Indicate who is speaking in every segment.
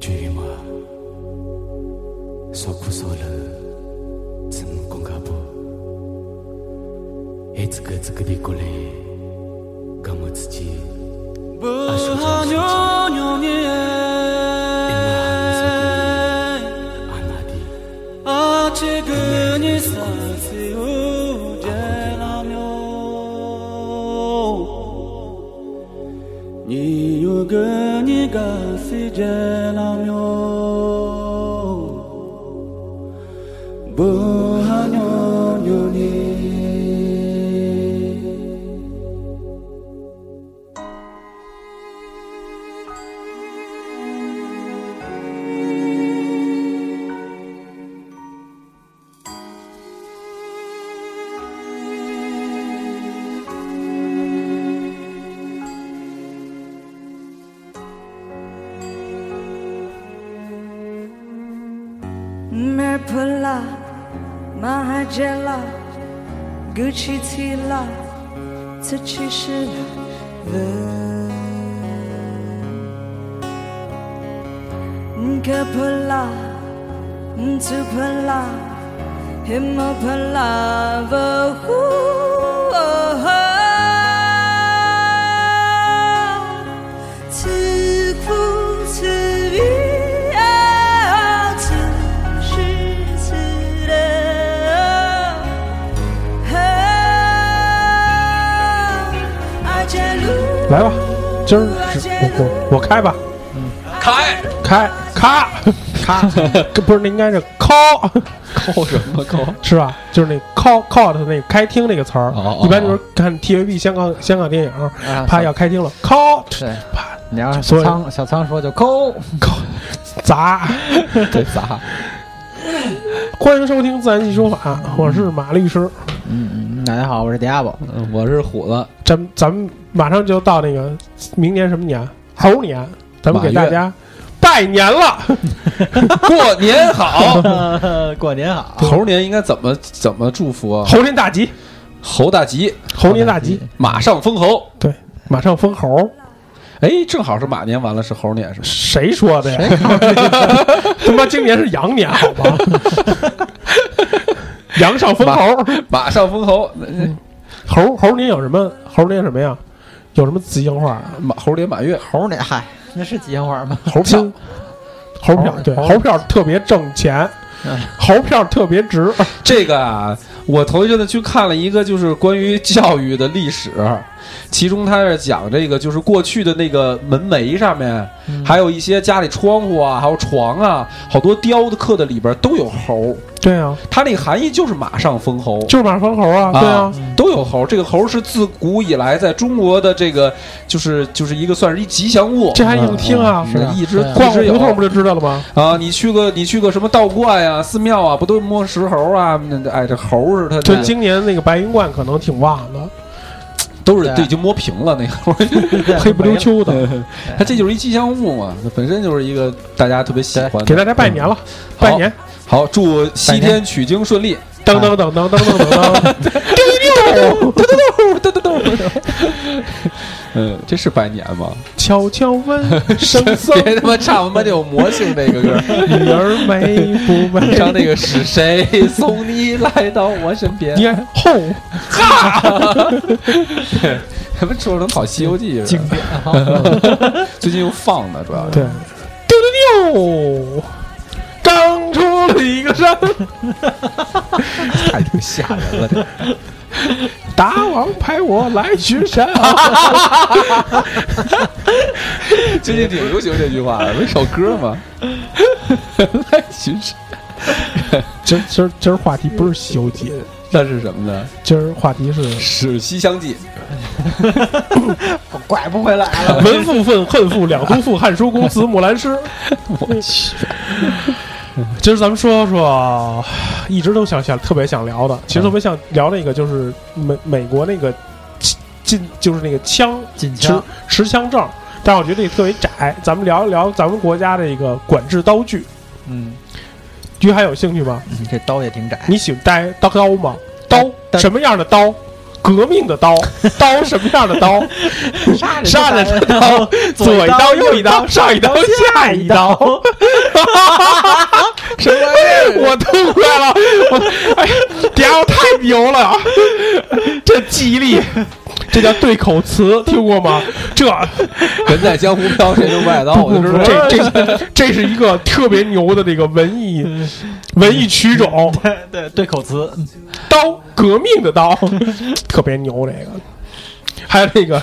Speaker 1: Tuez-moi, sans coup sans le, c'est mon congabo. Et tu que tu que décoller, comme tu dis.
Speaker 2: 啊
Speaker 3: Mapala, Mahajala, Gucci Tila, Tsuchishila, Kapala, Mtupala, Himapala, Vahu. Tsuku, Tsuya, Tsushi, Tsuda.
Speaker 2: 来吧，今儿是我我我开吧，
Speaker 4: 开，
Speaker 2: 开 咔咔，不是那应该是 call
Speaker 5: 扣什 么扣？
Speaker 2: 是吧？就是那 call call 的那个开厅那个词儿
Speaker 5: 哦哦，
Speaker 2: 一般就是看 TVB 香港香港电影，
Speaker 5: 啊
Speaker 2: 啪要开厅了，call
Speaker 5: 对，
Speaker 2: 啪
Speaker 5: 你要是小
Speaker 2: 所有人
Speaker 5: 仓小仓说就 扣，
Speaker 2: 砸。
Speaker 5: 对砸。
Speaker 2: 欢迎收听《自然系说法》，我是马律师。
Speaker 5: 嗯，大家好，我是迪亚宝，我是虎子，
Speaker 2: 咱咱们马上就到那个明年什么年？猴年，咱们给
Speaker 5: 马
Speaker 2: 大
Speaker 5: 月
Speaker 2: 家拜年了。
Speaker 5: 过年好，
Speaker 2: 哦
Speaker 5: 过年好，
Speaker 4: 猴年应该怎么怎么祝福啊？
Speaker 2: 猴年大吉，
Speaker 4: 猴大吉，
Speaker 2: 猴年大吉，
Speaker 4: 马上封侯。
Speaker 2: 对，马上封猴。
Speaker 4: 哎，正好是马年，完了是猴年，是吧？
Speaker 2: 谁说的 呀？他妈今年是羊年，好 吗？羊上封猴，
Speaker 4: 马上封侯，那
Speaker 2: 猴猴年有什么？猴年什么呀？有什么吉祥话？
Speaker 4: 马猴年马月，
Speaker 5: 猴年嗨，那是吉祥话吗？
Speaker 2: 猴票，猴票
Speaker 5: 猴
Speaker 2: 对，
Speaker 5: 猴
Speaker 2: 猴哎票特别挣钱
Speaker 5: 嗯，
Speaker 2: 猴票特别值。
Speaker 4: 这个啊，我头一阵子去看了一个，就是关于教育的历史，其中他是讲这个，就是过去的那个门楣上面，
Speaker 5: 嗯
Speaker 4: 还有一些家里窗户啊，还有床啊，好多雕的刻的里边都有猴，
Speaker 2: 对啊，
Speaker 4: 它那个含义就是马上封侯。
Speaker 2: 就是马上封猴啊，对啊，
Speaker 4: 都有猴。这个猴是自古以来在中国的这个，就是就是一个算是一吉祥物。嗯
Speaker 2: 这还用听啊？
Speaker 5: 是啊
Speaker 4: 一直
Speaker 5: 对啊
Speaker 4: 一
Speaker 2: 逛
Speaker 4: 直
Speaker 2: 个胡同不
Speaker 4: 有
Speaker 2: 就知道了吗？
Speaker 4: 啊！你去个你去个什么道观呀、寺庙啊，不都摸石猴啊？那哎，这猴是它
Speaker 2: 就
Speaker 4: 那个
Speaker 2: 今年那个白云观可能挺旺的，
Speaker 4: 都是
Speaker 5: 对啊
Speaker 4: 都已经摸平了那个猴，
Speaker 2: 黑不溜秋的，
Speaker 4: 它这就是一吉祥物嘛，它本身就是一个大家特别喜欢的。嗯
Speaker 2: 给大家拜年了，
Speaker 4: 好
Speaker 2: 拜年，
Speaker 4: 好，祝西
Speaker 5: 拜
Speaker 4: 天取经顺利。
Speaker 2: 噔噔噔噔噔噔噔噔。
Speaker 4: 嗯，这是拜年吗？
Speaker 2: 悄悄问圣僧，
Speaker 4: 别他妈唱他妈这有魔性这个歌。
Speaker 2: 女儿美 不美？
Speaker 4: 唱那个是谁送你来到我身边？
Speaker 2: 你看后
Speaker 4: 他们说成跑《西游记》似
Speaker 5: 经
Speaker 4: 的，
Speaker 5: 典，
Speaker 4: 最近又放的，主要是。
Speaker 2: 对，丢丢丢，刚出了一个山，
Speaker 4: 太他妈吓人了，这
Speaker 2: 达王派我来巡山。
Speaker 4: 最近挺流行这句话的，不是首歌吗？来巡视，
Speaker 2: 今儿今儿今儿话题不是《西游记》，
Speaker 4: 那是什么呢？
Speaker 2: 今儿话 题是
Speaker 4: 是《西 厢记
Speaker 5: 拐不回来了。
Speaker 2: 文父愤，恨父两都赋，汉书公子木兰诗。 我去！今儿咱们说说，一直都想想特别想聊的，其实特别想聊那个就是美美国那个进就是那个嗯枪
Speaker 5: 紧
Speaker 2: 持
Speaker 5: 枪，
Speaker 2: 持枪证，但是我觉得也特别窄。咱们聊一聊咱们国家这个管制刀具，
Speaker 5: 嗯，
Speaker 2: 于还有兴趣吗？
Speaker 5: 你嗯这刀也挺窄。
Speaker 2: 你喜欢带刀刀吗？刀
Speaker 5: 刀
Speaker 2: 什么样的刀？革命的 刀，刀什么样的刀？
Speaker 5: 杀
Speaker 2: 杀人的刀，左
Speaker 5: 左
Speaker 2: 一
Speaker 5: 一
Speaker 2: 刀
Speaker 5: 刀
Speaker 2: 右
Speaker 5: 右
Speaker 2: 一
Speaker 5: 一
Speaker 2: 刀，
Speaker 5: 刀
Speaker 2: 上一刀下一刀。 什么？我痛快了！我哎呀，点我太牛了啊！这记忆力，这叫对口词，听过吗？这》，
Speaker 4: 人在江湖飘，谁能卖刀？哦我就知道
Speaker 2: 这这这是一个特别牛的这个文艺文艺曲种，
Speaker 5: 对对对口词，
Speaker 2: 刀，革命的刀，特别牛这个。还有那个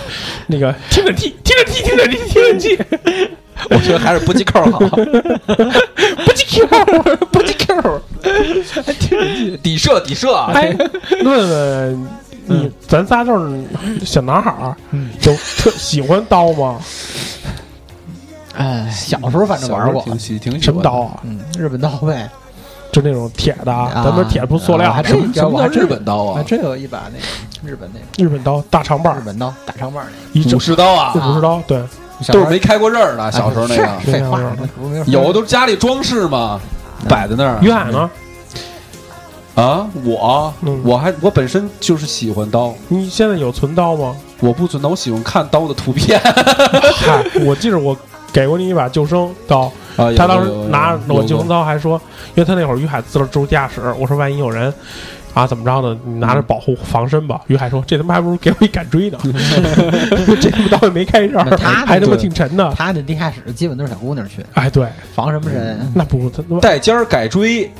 Speaker 2: 那个听着踢，听着踢，听着踢，听着踢。
Speaker 4: 我觉得还是不系扣好，
Speaker 2: 不记 Q，不记 Q。
Speaker 4: 底射底射啊！
Speaker 2: 哎，问问你，咱仨都是小男孩儿，有特喜欢刀吗？
Speaker 5: 哎，小时候反正玩过
Speaker 4: 小时候挺，喜挺喜
Speaker 2: 什么
Speaker 4: 欢
Speaker 2: 刀啊？
Speaker 5: 嗯，日本刀呗，
Speaker 2: 就那种铁的啊，
Speaker 5: 啊
Speaker 2: 咱们铁不是塑料
Speaker 5: 啊
Speaker 2: 的，
Speaker 4: 什么
Speaker 5: 什么
Speaker 4: 我
Speaker 5: 叫
Speaker 4: 还
Speaker 5: 日
Speaker 4: 日本刀
Speaker 5: 啊，
Speaker 4: 啊？
Speaker 5: 真有一把那个日本那个
Speaker 2: 日本刀，大长把
Speaker 5: 日
Speaker 2: 儿，
Speaker 5: 本刀，大长把儿那个
Speaker 2: 一整
Speaker 4: 武士刀啊，
Speaker 2: 武士刀，对，
Speaker 5: 小时
Speaker 4: 都
Speaker 5: 候，
Speaker 4: 是没开过刃儿的，小时候那
Speaker 5: 哎
Speaker 4: 个
Speaker 5: 是废话
Speaker 2: 那样，
Speaker 5: 不是没嗯法
Speaker 4: 有都是家里装饰嘛，摆在那儿。
Speaker 2: 于海呢？
Speaker 4: 啊，我
Speaker 2: 嗯
Speaker 4: 我还我本身就是喜欢刀，
Speaker 2: 你现在有存刀 吗？
Speaker 4: 我不存刀，我喜欢看刀的图片。
Speaker 2: 嗨，我记着我给过你一把救生刀，
Speaker 4: 啊，有
Speaker 2: 他当时
Speaker 4: 有有
Speaker 2: 拿着
Speaker 4: 有
Speaker 2: 我
Speaker 4: 有
Speaker 2: 救生刀还说，因为他那会儿于海自助驾驶，我说万一有人啊怎么着呢，你
Speaker 4: 嗯
Speaker 2: 拿着保护防身吧。于海说这他妈还不如给我一杆锥呢， 这他妈刀也没开刃
Speaker 5: 那，他
Speaker 2: 还他妈
Speaker 5: 对
Speaker 2: 挺沉的。
Speaker 5: 他那地下室基本都是小姑娘去，
Speaker 2: 哎，对，
Speaker 4: 嗯
Speaker 5: 防什么人？
Speaker 2: 那不他妈
Speaker 4: 带尖儿改锥，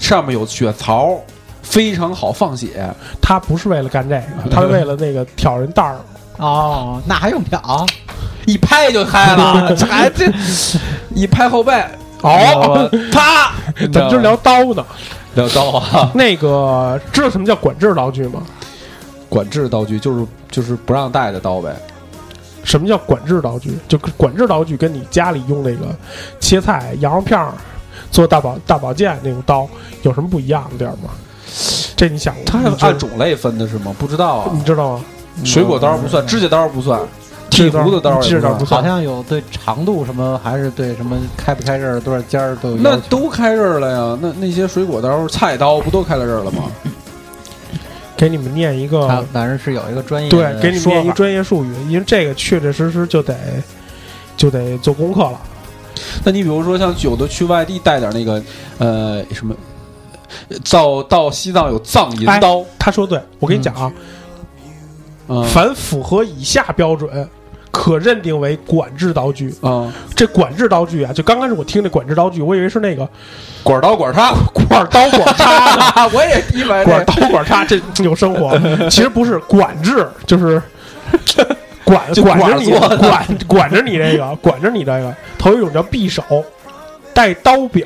Speaker 4: 上面有血槽，非常好放血。
Speaker 2: 他不是为了干这 个，他是为了那个挑人担儿。
Speaker 5: 哦，那还用挑？
Speaker 4: 一拍就开 了，这还这一拍后背，
Speaker 2: 哦，
Speaker 4: 啪！
Speaker 2: 咱们今儿聊刀呢。
Speaker 4: 聊刀啊，
Speaker 2: 那个知道什么叫管制刀具吗？
Speaker 4: 管制道具就是就是不让带的刀呗。
Speaker 2: 什么叫管制刀具？就管制刀具跟你家里用那个切菜、羊肉片儿做大保大保健那种刀有什么不一样的地儿吗？这你想过？
Speaker 4: 它
Speaker 2: 你
Speaker 4: 是
Speaker 2: 知道
Speaker 4: 按种类分的是吗？不知道啊
Speaker 2: 你。知道吗？
Speaker 4: 水果刀不算，指甲刀不算，
Speaker 2: 指
Speaker 4: 剃
Speaker 2: 甲刀
Speaker 4: 胡子嗯刀
Speaker 2: 指
Speaker 4: 也
Speaker 2: 甲刀
Speaker 4: 不
Speaker 2: 不
Speaker 4: 算。
Speaker 5: 好像有对长度什么，还是对什么开不开刃儿、多少尖儿都有要
Speaker 4: 那
Speaker 5: 求。
Speaker 4: 都开刃了呀，那那些水果刀、菜刀不都开了刃了吗？
Speaker 2: 给你们念一
Speaker 5: 他
Speaker 2: 个，
Speaker 5: 反正是有一个专业
Speaker 2: 对，
Speaker 5: 的
Speaker 2: 给你们
Speaker 5: 说
Speaker 2: 念一
Speaker 5: 法
Speaker 2: 专业术语，因为这个确确实实就得就得做功课了。
Speaker 4: 那你比如说像有的去外地带点那个呃什么，到到西藏有藏银
Speaker 2: 哎
Speaker 4: 刀，
Speaker 2: 他说对，我跟你讲啊，
Speaker 4: 嗯
Speaker 2: 凡符合以下标准，可认定为管制刀具。
Speaker 4: 啊，
Speaker 2: 这管制刀具啊，就刚开始我听这管制刀具，我以为是那个
Speaker 4: 管刀管叉，
Speaker 2: 管刀管叉呢。
Speaker 4: 我也一百
Speaker 2: 啊管刀管叉，这有生活。 其实不是管制，就是管
Speaker 4: 就
Speaker 2: 管
Speaker 4: 管
Speaker 2: 着你，
Speaker 4: 做的
Speaker 2: 管管着你这个，管着你这个。头一种叫匕首，带刀柄、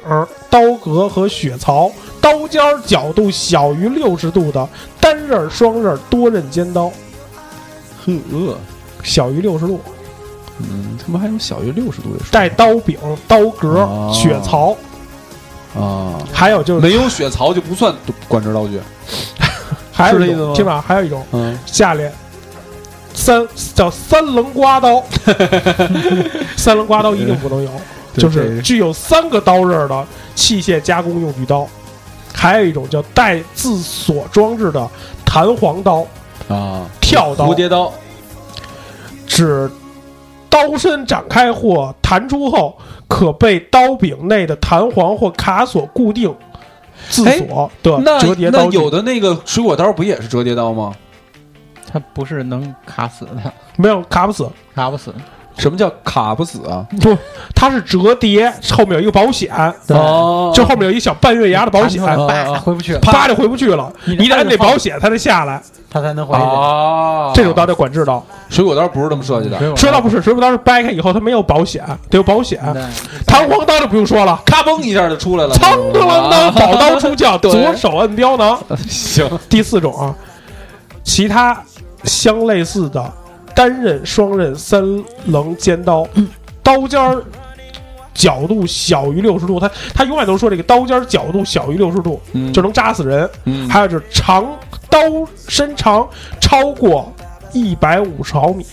Speaker 2: 刀格和血槽，刀尖儿角度小于六十度的单刃儿、双刃儿、多刃尖刀，
Speaker 4: 呃，
Speaker 2: 小于六十度，
Speaker 4: 嗯，他妈还有小于六十度的
Speaker 2: 带刀柄、刀格、
Speaker 4: 哦
Speaker 2: 血槽，
Speaker 4: 啊，
Speaker 2: 还有就是
Speaker 4: 没有血槽就不算管制道具，
Speaker 2: 还有
Speaker 4: 是
Speaker 2: 一
Speaker 4: 这意思
Speaker 2: 种，
Speaker 4: 吗
Speaker 2: 听吧，还有一种
Speaker 4: 嗯，
Speaker 2: 下列三叫三棱刮 刀，三棱刮刀一定不能有，
Speaker 4: 对
Speaker 2: 就是具有三个刀刃的器械加工用具刀，还有一种叫带自锁装置的弹簧刀、
Speaker 4: 啊，
Speaker 2: 跳刀
Speaker 4: 蝴，蝶刀，
Speaker 2: 指刀身展开或弹出后可被刀柄内的弹簧或卡锁固定。自锁的
Speaker 4: 哎那
Speaker 2: 折叠刀
Speaker 4: 那
Speaker 2: 具
Speaker 4: 有的那个水果刀不也是折叠刀吗？
Speaker 5: 他不是能卡死的，
Speaker 2: 没有卡不死，
Speaker 5: 卡不死。
Speaker 4: 什么叫卡不死啊？
Speaker 2: 不，它是折叠，后面有一个保险，
Speaker 5: 对
Speaker 4: 哦
Speaker 2: 就后面有一小半月牙的保险，
Speaker 5: 弹出
Speaker 6: 哦
Speaker 5: 来
Speaker 4: 啊
Speaker 5: 叭
Speaker 6: 哎
Speaker 4: 啊
Speaker 5: 回不去了，
Speaker 2: 啪就回不去了，
Speaker 5: 你
Speaker 2: 你得按那
Speaker 5: 按着放
Speaker 2: 保险才能下来，
Speaker 5: 它才能回去。
Speaker 4: 啊，
Speaker 2: 这种刀得管制刀。
Speaker 4: 水果刀不是这么设计的。
Speaker 2: 水果刀不是，水果刀是掰开以后它没有保险，得有保险。
Speaker 6: 嗯
Speaker 2: 弹
Speaker 5: 弹
Speaker 2: 簧刀就不用说了。
Speaker 4: 咔嘣一下就出来了，啊
Speaker 2: 苍啷啷当，宝刀出鞘，
Speaker 4: 对
Speaker 2: 左手摁雕囊。
Speaker 4: 行，
Speaker 2: 第四种啊，其他相类似的单刃、双刃、三棱尖刀，刀尖儿角度小于六十度，他他永远都说这个刀尖儿角度小于六十度
Speaker 4: 嗯
Speaker 2: 就能扎死人。
Speaker 4: 嗯
Speaker 2: 还有就是长刀身长超过一百五十毫米，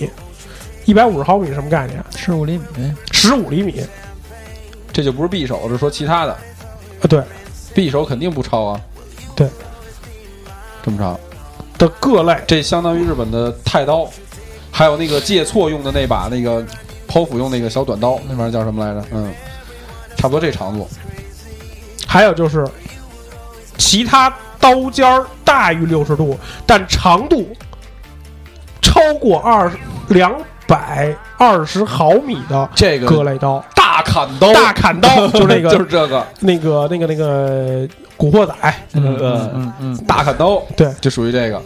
Speaker 2: 一百五十毫米是什么概念？啊
Speaker 5: 十五厘米，
Speaker 2: 十五厘米啊，
Speaker 4: 这就不是匕首，这说其他的，
Speaker 2: 对
Speaker 4: 匕首肯定不超啊。
Speaker 2: 对，
Speaker 4: 这么长，
Speaker 2: 的各类。
Speaker 4: 这相当于日本的太刀，还有那个借错用的那把那个剖腹用那个小短刀，那玩意儿叫什么来着？嗯，差不多这长度。
Speaker 2: 还有就是其他刀尖儿大于六十度，但长度超过二两百二十毫米的
Speaker 4: 这个
Speaker 2: 各类刀，
Speaker 4: 大砍刀，
Speaker 2: 大砍刀就这个
Speaker 4: 就是这个
Speaker 2: 那个那个那个古惑仔，
Speaker 5: 嗯
Speaker 4: 嗯
Speaker 5: 嗯嗯，
Speaker 4: 大砍刀，
Speaker 2: 对，
Speaker 4: 就属于这个。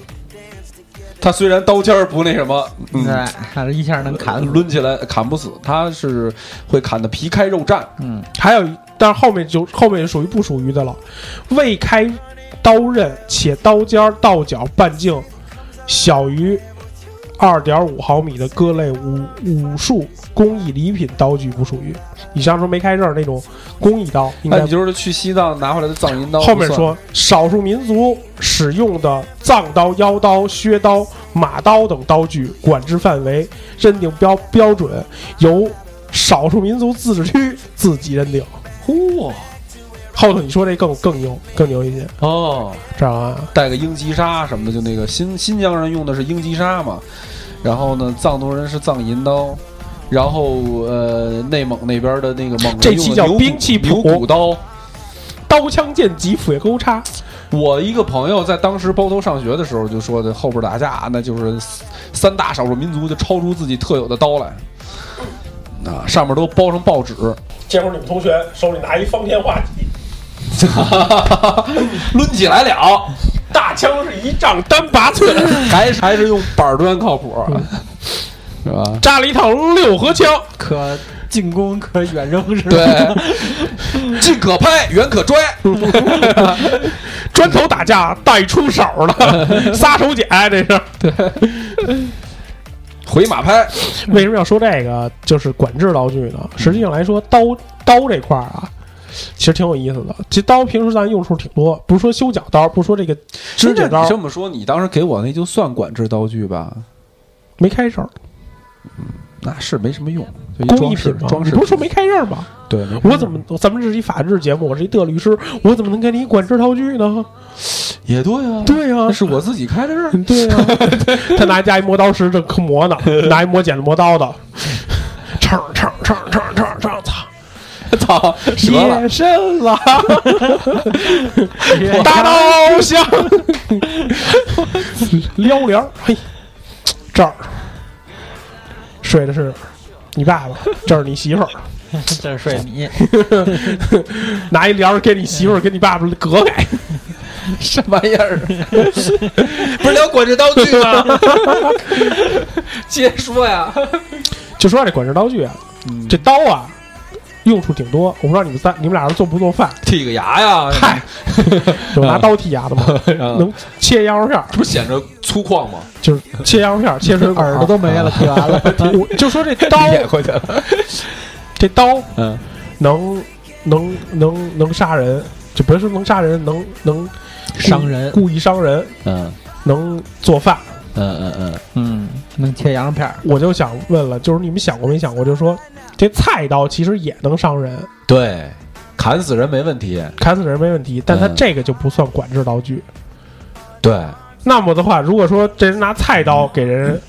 Speaker 4: 它虽然刀尖儿不那什么，嗯，
Speaker 5: 对，它是一下能砍死。
Speaker 4: 抡起来砍不死，它是会砍的皮开肉绽。
Speaker 5: 嗯，
Speaker 2: 还有但是后面就后面就属于不属于的了，未开刀刃且刀尖儿到角半径小于。二点五毫米的各类武武术工艺礼品刀具不属于。以上说没开刃儿那种工艺刀，应
Speaker 4: 那
Speaker 2: 该
Speaker 4: 啊你就是去西藏拿回来的藏银刀，
Speaker 2: 后面
Speaker 4: 不算
Speaker 2: 说少数民族使用的藏刀、腰刀、削刀、马刀等刀具管制范围认定标标准由少数民族自治区自己认定。嚯、后头你说这更更牛更牛一些，
Speaker 4: 哦，
Speaker 2: 知道啊？
Speaker 4: 带个鹰击沙什么的，就那个新新疆人用的是鹰击沙嘛，然后呢，藏族人是藏银刀，然后呃，内蒙那边的那个蒙人
Speaker 2: 这
Speaker 4: 用的
Speaker 2: 期叫
Speaker 4: 牛骨
Speaker 2: 兵器谱
Speaker 4: 牛骨刀。
Speaker 2: 刀枪剑戟斧钺钩叉，
Speaker 4: 我一个朋友在当时包头上学的时候就说的，后边打架那就是三大少数民族就抄出自己特有的刀来，啊，上面都包上报纸，
Speaker 2: 这会儿你们同学手里拿一方天画戟，
Speaker 4: 抡起来了，
Speaker 2: 大枪是一丈单 八寸，
Speaker 4: 还是 还是用板砖 靠谱，是吧？
Speaker 2: 扎了一套六合枪。
Speaker 5: 可进攻可远扔是吧？
Speaker 4: 对，近可拍，远可拽，
Speaker 2: 砖头打架带出手 了，撒手锏，这是。
Speaker 4: 回马拍，
Speaker 2: 为什么要说这个就是管制刀具呢？实际上来说，刀刀这块儿啊，其实挺有意思的。其实刀平时咱用处挺多，不是说修脚刀，不是说这个指甲
Speaker 4: 你
Speaker 2: 刀
Speaker 4: 这，么说，你当时给我那就算管制刀具吧？
Speaker 2: 没开刃儿，
Speaker 4: 那是没什么用，就一
Speaker 2: 工艺
Speaker 4: 装饰
Speaker 2: 品嘛。啊
Speaker 4: 装
Speaker 2: 你
Speaker 4: 饰嗯
Speaker 2: 不是说没开刃儿吗？
Speaker 4: 对？没什
Speaker 2: 我
Speaker 4: 用
Speaker 2: 怎么咱们这是一法制节目，我是一德律师，我怎么能给你一管制刀具呢？
Speaker 4: 也对啊？
Speaker 2: 对呀、
Speaker 4: 那是我自己开的刃儿，
Speaker 2: 对呀、他拿家一磨刀石正刻磨呢，拿一磨剪子磨刀的， 锵锵锵锵锵锵，操！
Speaker 4: 操，折了
Speaker 2: 夜！深了，大刀响， 撩帘儿，嘿，这儿睡的是你爸爸，这是你媳妇儿，
Speaker 5: 这是睡你
Speaker 2: 拿一帘儿给你媳妇儿，给你爸爸隔开。
Speaker 4: 什么玩意儿？ 不是聊管制刀具 吗？接说呀，
Speaker 2: 就说到这管制刀具啊，这刀啊，用处挺多。我不知道你们仨，你们俩人做不做饭？
Speaker 4: 剃个牙呀，
Speaker 2: 嗨，有拿刀剔牙的吗？
Speaker 4: 嗯
Speaker 2: 能切羊肉片儿，
Speaker 4: 这不显着粗犷吗？
Speaker 2: 就是切羊肉片儿，切 水果儿
Speaker 5: 耳朵都没了，剃完了，
Speaker 2: 我 就说这刀，
Speaker 4: 回去了。
Speaker 2: 这刀
Speaker 4: 嗯，
Speaker 2: 能能能能杀人，就别说能杀人，能能
Speaker 5: 伤人。
Speaker 2: 故意伤人，
Speaker 4: 嗯
Speaker 2: 能做饭。
Speaker 4: 嗯嗯
Speaker 5: 嗯，能切羊肉片儿。
Speaker 2: 我就想问了，就是你们想过没想过？就说这菜刀其实也能伤人，
Speaker 4: 嗯，对，砍死人没问题。
Speaker 2: 砍死人没问题，但它
Speaker 4: 嗯
Speaker 2: 这个就不算管制刀具。
Speaker 4: 对，
Speaker 2: 那么的话，如果说这人拿菜刀给人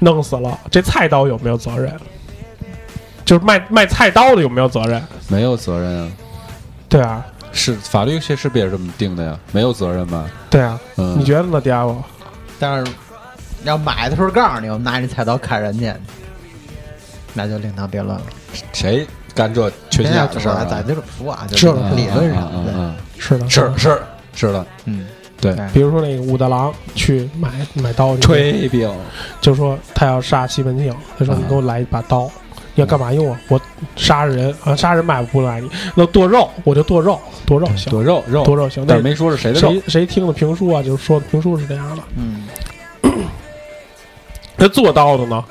Speaker 2: 弄死了，这菜刀有没有责任？就是卖卖菜刀的有没有责任？
Speaker 4: 没有责任啊。
Speaker 2: 对啊，
Speaker 4: 是法律是是不是也是这么定的呀？没有责任吧？
Speaker 2: 对啊，
Speaker 4: 嗯，
Speaker 2: 你觉得呢，迪亚哥？
Speaker 5: 但是要买的时候告诉你，我拿你菜刀砍人家，
Speaker 6: 那就另当别论了。
Speaker 4: 谁干这缺心
Speaker 6: 别
Speaker 4: 眼
Speaker 6: 要
Speaker 4: 的
Speaker 6: 总
Speaker 4: 事儿
Speaker 6: 来
Speaker 4: 啊？
Speaker 6: 咱就这么说啊，就是
Speaker 4: 嗯
Speaker 6: 理论上，
Speaker 4: 嗯嗯
Speaker 6: 对
Speaker 4: 嗯
Speaker 2: 是的，
Speaker 4: 是是是的，
Speaker 6: 嗯，
Speaker 4: 对
Speaker 6: 哎
Speaker 2: 比如说那个武大郎去买买刀去，
Speaker 4: 炊饼
Speaker 2: 就说他要杀西门庆，他说
Speaker 4: 啊
Speaker 2: 你给我来一把刀，你要干嘛用啊？我杀人啊，杀人买不来你，那剁肉我就剁肉，剁肉行，
Speaker 4: 多肉嗯肉，
Speaker 2: 剁肉行。
Speaker 4: 但
Speaker 2: 那
Speaker 4: 是没说是谁的肉
Speaker 2: 谁。谁听的评书啊，就是说评书是这样的。
Speaker 6: 嗯，
Speaker 2: 那做刀的呢？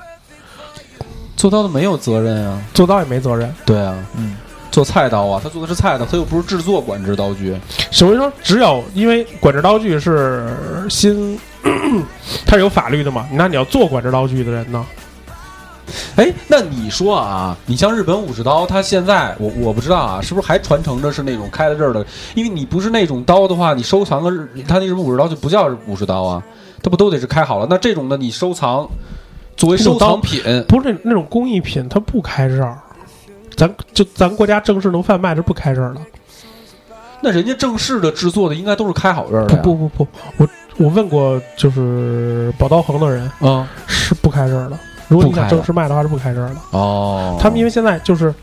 Speaker 4: 做刀的没有责任啊，
Speaker 2: 做刀也没责任。
Speaker 4: 对啊，
Speaker 6: 嗯，
Speaker 4: 做菜刀啊，他做的是菜刀，他又不是制作管制刀具，
Speaker 2: 所以说，只有因为管制刀具是新， 它是有法律的嘛。那你要做管制刀具的人呢？
Speaker 4: 哎，那你说啊，你像日本武士刀，它现在我我不知道啊，是不是还传承着是那种开在这儿的？因为你不是那种刀的话，你收藏个日，它那什么武士刀就不叫武士刀啊，它不都得是开好了？那这种的你收藏作为收藏品，
Speaker 2: 不是那那种工艺品，它不开刃儿。咱就咱国家正式能贩卖是不开刃儿的。
Speaker 4: 那人家正式的制作的应该都是啊开好刃儿的
Speaker 2: 不
Speaker 4: 呀。
Speaker 2: 不不不，我我问过就是宝刀行的人
Speaker 4: 不，嗯，
Speaker 2: 是不开刃儿的。如果你
Speaker 4: 不开
Speaker 2: 想
Speaker 4: 的
Speaker 2: 正式卖的话是不开刃儿的。
Speaker 4: 哦，
Speaker 2: 他们因为现在就是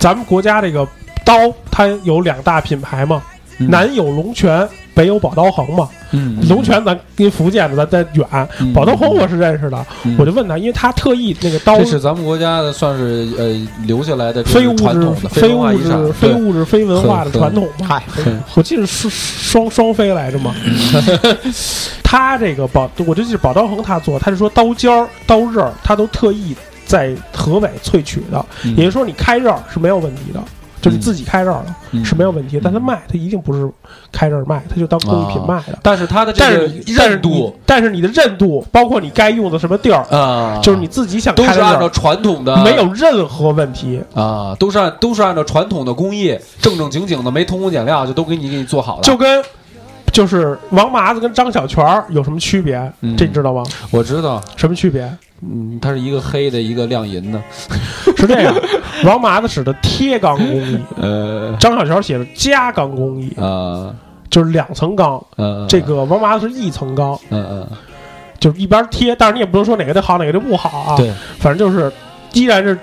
Speaker 2: 咱们国家这个刀，它有两大品牌嘛，
Speaker 4: 嗯
Speaker 2: 南有龙泉，北有宝刀行嘛。
Speaker 4: 嗯
Speaker 2: 龙泉咱跟福建的咱咱远，
Speaker 4: 嗯
Speaker 2: 宝刀红我是认识的，
Speaker 4: 嗯
Speaker 2: 我就问他，因为他特意那个刀
Speaker 4: 这是咱们国家的，算是呃留下来的这
Speaker 2: 非
Speaker 4: 种
Speaker 2: 物
Speaker 4: 传
Speaker 2: 质
Speaker 4: 统、的
Speaker 2: 非
Speaker 4: 文
Speaker 2: 物
Speaker 4: 化遗
Speaker 2: 质、
Speaker 4: 产，
Speaker 2: 非
Speaker 4: 对
Speaker 2: 物质、非文化的
Speaker 4: 很
Speaker 2: 传统嘛。
Speaker 6: 嗨，
Speaker 2: 我记得是双双飞来着 嘛。他这个宝，我就记得宝刀恒他做，他是说刀尖儿、刀刃儿，他都特意在河北萃取的，
Speaker 4: 嗯
Speaker 2: 也就是说你开刃儿是没有问题的。就是你自己开刃儿了、
Speaker 4: 嗯
Speaker 2: 是没有问题，但他卖他一定不是开刃儿卖，他就当工艺品
Speaker 4: 啊
Speaker 2: 卖的。
Speaker 4: 但是它的这
Speaker 2: 但
Speaker 4: 个
Speaker 2: 是你但是
Speaker 4: 韧
Speaker 2: 你
Speaker 4: 度
Speaker 2: 但是你的韧度，包括你该用的什么地儿，
Speaker 4: 啊，
Speaker 2: 就是你自己想
Speaker 4: 都
Speaker 2: 开
Speaker 4: 是
Speaker 2: 的地
Speaker 4: 按
Speaker 2: 儿
Speaker 4: 照啊传统的
Speaker 2: 没有任何问题。
Speaker 4: 啊，都是按都是按照传统的工艺，正正经经的，没偷工减料，就都给你给你做好了。
Speaker 2: 就跟就是王麻子跟张小泉儿有什么区别？
Speaker 4: 嗯
Speaker 2: 这你知道吗？
Speaker 4: 我知道，
Speaker 2: 什么区别？
Speaker 4: 嗯，它是一个黑的，一个亮银的，
Speaker 2: 是这 样，王麻子使的贴钢工艺，
Speaker 4: 呃
Speaker 2: 张小泉写的加钢工艺，
Speaker 4: 啊
Speaker 2: 就是两层钢。
Speaker 4: 呃，
Speaker 2: 这个王麻子是一层钢，
Speaker 4: 嗯嗯
Speaker 2: 就是一边贴，但是你也不能说哪个的好，哪个的不好啊。
Speaker 4: 对，
Speaker 2: 反正就是依然是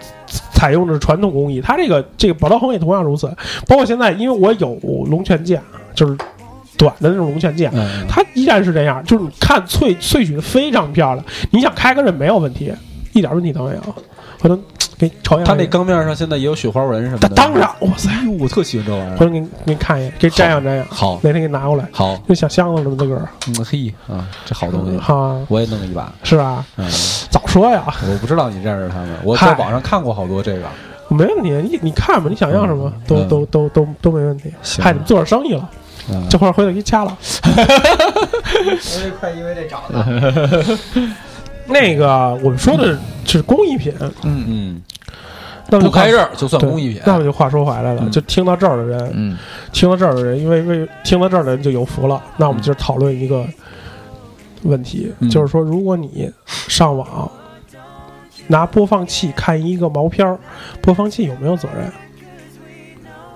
Speaker 2: 采用着传统工艺。它这个这个宝刀红也同样如此，包括现在，因为我有龙泉剑，就是短的那种龙泉剑，
Speaker 4: 嗯
Speaker 2: 它依然是这样，就是你看萃萃取的非常漂亮，你想开个刃没有问题，一点问题都没有。回头给你瞅一眼，
Speaker 4: 它那钢面上现在也有雪花纹什么
Speaker 2: 它
Speaker 4: 的。
Speaker 2: 当然，哇塞，
Speaker 4: 哎呦，我特喜欢这玩意
Speaker 2: 回
Speaker 4: 儿。
Speaker 2: 头给你给你看一眼，给你瞻仰瞻仰，
Speaker 4: 好，
Speaker 2: 啊哪天给你拿过来，
Speaker 4: 好，
Speaker 2: 就小箱子了自个儿，
Speaker 4: 嗯嘿啊，这好东西，
Speaker 2: 哈，
Speaker 4: 我也弄一把。
Speaker 2: 是吧？
Speaker 4: 嗯，
Speaker 2: 早说呀，
Speaker 4: 我不知道你认识他们，我
Speaker 2: 嗨
Speaker 4: 在网上看过好多这个。
Speaker 2: 没问题，你你看吧，你想要什么都
Speaker 4: 嗯
Speaker 2: 都都都都没问题。
Speaker 4: 行
Speaker 2: 嗨，你们做点生意了，
Speaker 4: 嗯
Speaker 2: 这会儿回头给你掐 了。
Speaker 6: 快因为这找的，
Speaker 2: 那个我们说的是工艺品，
Speaker 6: 嗯
Speaker 4: 嗯，
Speaker 2: 那么
Speaker 4: 不
Speaker 2: 就话
Speaker 4: 开刃儿就算
Speaker 2: 对
Speaker 4: 工艺品。
Speaker 2: 那么就话说回来了，
Speaker 4: 嗯
Speaker 2: 就听到这儿的人，
Speaker 6: 嗯，
Speaker 2: 听到这儿的人，因为为听到这儿的人就有福了。那我们就讨论一个问题，
Speaker 4: 嗯
Speaker 2: 就是说，如果你上网拿播放器看一个毛片儿，播放器有没有责任？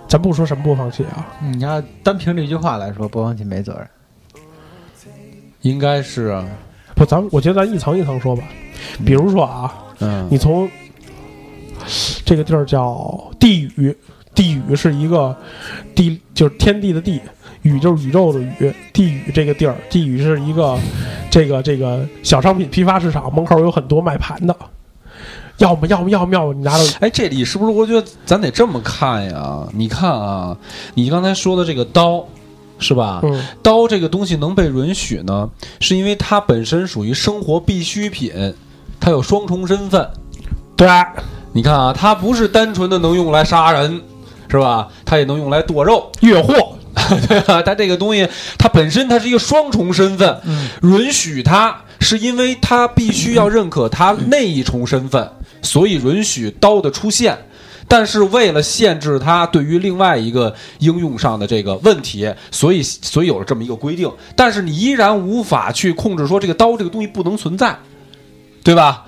Speaker 2: 咱不说什么播放器啊，
Speaker 4: 嗯
Speaker 6: 你要单凭这句话来说，播放器没责任。
Speaker 4: 应该是啊，
Speaker 2: 不，咱们我觉得咱一层一层说吧。比如说啊，
Speaker 4: 嗯，
Speaker 2: 你从这个地儿叫地宇，地宇是一个地，就是天地的地，宇就是宇宙的宇，地宇这个地儿，地宇是一个这个这个小商品批发市场，门口有很多卖盘的，要么要么要么要么你拿着
Speaker 4: 哎，这里是不是我觉得咱得这么看呀？你看啊，你刚才说的这个刀，是吧？
Speaker 2: 嗯
Speaker 4: 刀这个东西能被允许呢，是因为它本身属于生活必需品，它有双重身份。
Speaker 2: 对
Speaker 4: 你看啊，它不是单纯的能用来杀人，是吧？它也能用来剁肉。
Speaker 2: 越货，
Speaker 4: 它这个东西，它本身它是一个双重身份，允许它是因为它必须要认可它那一重身份，所以允许刀的出现。但是为了限制它对于另外一个应用上的这个问题，所以所以有了这么一个规定。但是你依然无法去控制说这个刀这个东西不能存在，对吧？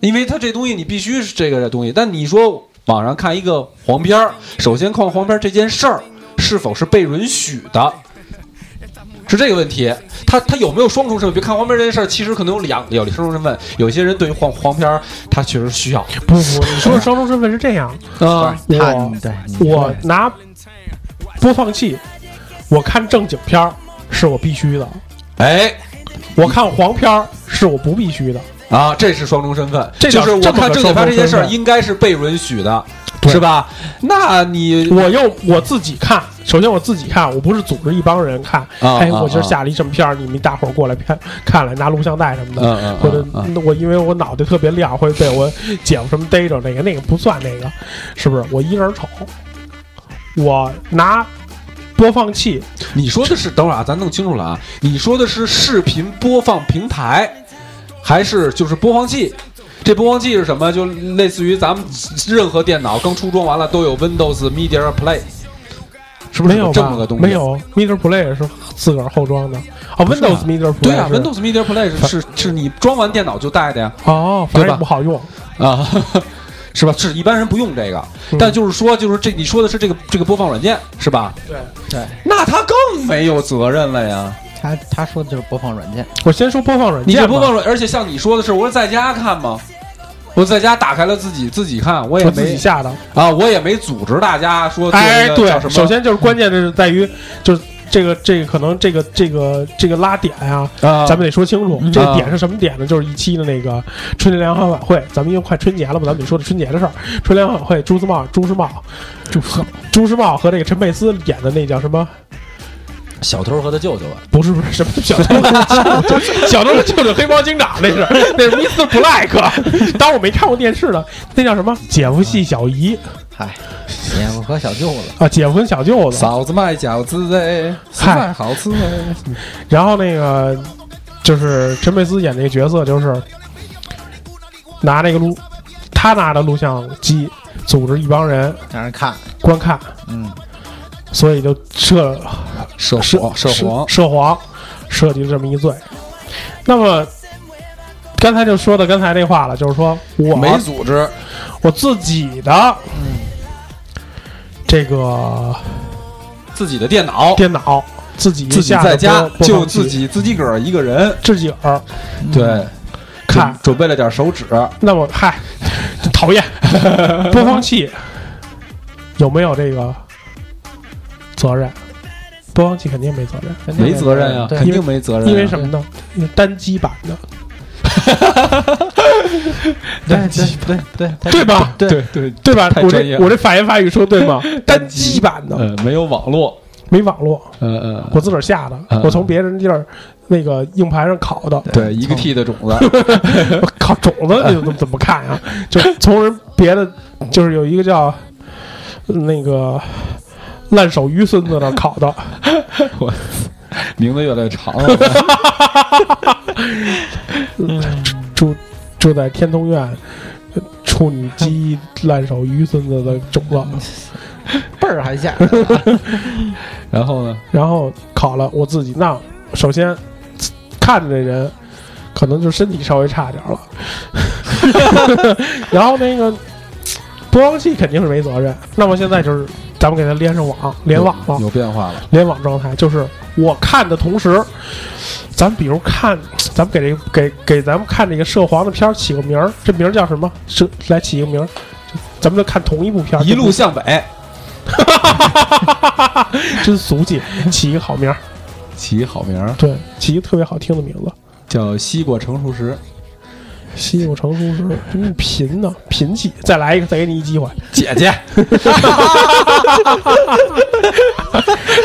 Speaker 4: 因为它这东西你必须是这个东西。但你说网上看一个黄片儿，首先看黄片儿这件事儿是否是被允许的？是这个问题。他他有没有双重身份？别看黄片这件事儿，其实可能有两有双重身份。有些人对于黄黄片儿，他确实需要
Speaker 2: 不不，你说的双重身份是这样，
Speaker 4: 啊
Speaker 6: 他
Speaker 2: 我
Speaker 6: 对你
Speaker 2: 我拿播放器，我看正经片儿是我必须的，
Speaker 4: 哎
Speaker 2: 我看黄片儿是我不必须的。
Speaker 4: 啊，这是双重身份。
Speaker 2: 这
Speaker 4: 就
Speaker 2: 叫
Speaker 4: 是我看正经片这件
Speaker 2: 这么个双
Speaker 4: 事
Speaker 2: 重身
Speaker 4: 儿
Speaker 2: 份
Speaker 4: 应该是被允许的，
Speaker 2: 对
Speaker 4: 是吧？那你
Speaker 2: 我又我自己看，首先我自己看，我不是组织一帮人看。
Speaker 4: 啊
Speaker 2: 哎，
Speaker 4: 啊
Speaker 2: 我今儿
Speaker 4: 啊
Speaker 2: 下了一什么片儿，你们大伙儿过来看看来，拿录像带什么的。
Speaker 4: 嗯嗯
Speaker 2: 或者
Speaker 4: 嗯嗯
Speaker 2: 我因为我脑袋特别亮，会被我姐夫什么逮着，那个那个不算那个，是不是？我一人瞅，我拿播放器，
Speaker 4: 你说的是等会儿啊，咱弄清楚了啊，你说的是视频播放平台，还是就是播放器？这播放器是什么？就类似于咱们任何电脑刚出装完了都有 Windows Media Play，是不是
Speaker 2: 没有
Speaker 4: 这
Speaker 2: 吧
Speaker 4: 么个东西？啊
Speaker 2: 没。有，Meter Play 是自个儿后装的哦
Speaker 4: 不是
Speaker 2: ，Windows
Speaker 4: 吧
Speaker 2: Meter Play
Speaker 4: 对啊
Speaker 2: 是
Speaker 4: ，Windows Media Play 是 是是你装完电脑就带的呀，
Speaker 2: 哦，反
Speaker 4: 对
Speaker 2: 正也
Speaker 4: 吧
Speaker 2: 不好用。
Speaker 4: 啊， 是吧？是一般人不用这个，但就是说，就是这你说的是这个这个播放软件是吧？
Speaker 2: 对
Speaker 6: 对，
Speaker 4: 那他更没有责任了呀。
Speaker 6: 他他说的就是播放软件，
Speaker 2: 我先说播放软
Speaker 4: 你
Speaker 2: 件吧，
Speaker 4: 这播放软，而且像你说的是，我是在家看吗？我在家打开了自己自己看，我也
Speaker 2: 我自己
Speaker 4: 没
Speaker 2: 下的。
Speaker 4: 啊，我也没组织大家说做
Speaker 2: 哎
Speaker 4: 一，个
Speaker 2: 对
Speaker 4: 叫什，么。
Speaker 2: 首先就是关键的是在于，就是这个这个可能这个这个这个拉点呀，
Speaker 4: 啊，
Speaker 2: 咱们得说清楚
Speaker 4: 嗯，
Speaker 2: 这个
Speaker 4: 啊
Speaker 2: 点是什么点呢？就是一期的那个春节联欢晚会，咱们因为快春节了嘛，咱们得说这春节的事儿。春联欢晚会，朱自茂、朱时茂、
Speaker 6: 注册
Speaker 2: 朱时茂和这个陈佩斯演的那叫什么？
Speaker 4: 小偷和他舅舅 啊吧，
Speaker 2: 不是不是什么小偷，小偷就是黑猫警长，那是那是 Mr. Black。当我没看过电视呢，那叫什么？姐夫戏小姨
Speaker 6: 嗨，姐夫和小舅子，
Speaker 2: 啊，姐夫跟小舅子。
Speaker 4: 嫂子卖饺子哎，
Speaker 2: 嗨
Speaker 4: 饭好吃哎，
Speaker 2: 然后那个就是陈佩斯演那个角色，就是拿那个录，他拿着录像机组织一帮人
Speaker 6: 让人看，
Speaker 2: 观看，
Speaker 6: 嗯，
Speaker 2: 所以就涉
Speaker 4: 涉
Speaker 2: 涉
Speaker 4: 黄哦涉黄，
Speaker 2: 涉黄，涉及了这么一罪。那么刚才就说到刚才这话了，就是说我
Speaker 4: 没嗯组织
Speaker 2: 我自己的这个
Speaker 4: 自己的电脑，
Speaker 2: 电脑，自己
Speaker 4: 自己
Speaker 2: 下的
Speaker 4: 在家
Speaker 2: 播播
Speaker 4: 就
Speaker 2: 放器
Speaker 4: 自己自己个儿一个人，
Speaker 2: 自己儿
Speaker 4: 对，
Speaker 2: 看
Speaker 4: 准准备了点手指，
Speaker 2: 那么嗨，讨 厌，播放器有没有这个责任？播放器肯定没责任，
Speaker 6: 肯定
Speaker 4: 没责任呀，
Speaker 6: 对
Speaker 4: 肯定没责任啊，
Speaker 2: 因为什么呢？单机版的，
Speaker 6: 对对对对
Speaker 2: 对吧？
Speaker 6: 对
Speaker 4: 对对，
Speaker 2: 对吧？
Speaker 4: 太
Speaker 2: 我
Speaker 4: 专业
Speaker 2: 这
Speaker 4: 了
Speaker 2: 我这法言法语说对 吗？单机版的
Speaker 4: 呃，没有网络，
Speaker 2: 没网络，
Speaker 4: 呃呃，
Speaker 2: 嗯我自个儿下的
Speaker 4: 嗯，
Speaker 2: 我从别人地儿那个硬盘上拷的，
Speaker 4: 对一个 T 的种 子，
Speaker 2: 我靠，种子你怎么怎么看啊？就从人别的，就是有一个叫那个烂手鱼孙子那儿考的，
Speaker 4: 名字越来越长了。
Speaker 2: 住住在天通苑，呃处女鸡烂手鱼孙子的种子，
Speaker 6: 倍儿还下，
Speaker 4: 然后呢？
Speaker 2: 然后考了我自己。那首先看着这人，可能就身体稍微差点儿了， 然后那个播放器肯定是没责任。那么现在就是咱们给他连上网，联网了
Speaker 4: 有，有变化了。
Speaker 2: 联网状态，就是我看的同时，咱比如看，咱们给这个给给咱们看这个涉黄的片儿起个名儿，这名儿叫什么？是来起一个名儿，就咱们就看同一部片儿，
Speaker 4: 一路向北，
Speaker 2: 真俗气，起一个好名儿，
Speaker 4: 起好名儿
Speaker 2: 对，起一个特别好听的名字，
Speaker 4: 叫西瓜成熟时，
Speaker 2: 西柚成熟时，嗯，贫呢，贫气，再来一个，再给你一机会，
Speaker 4: 姐 姐，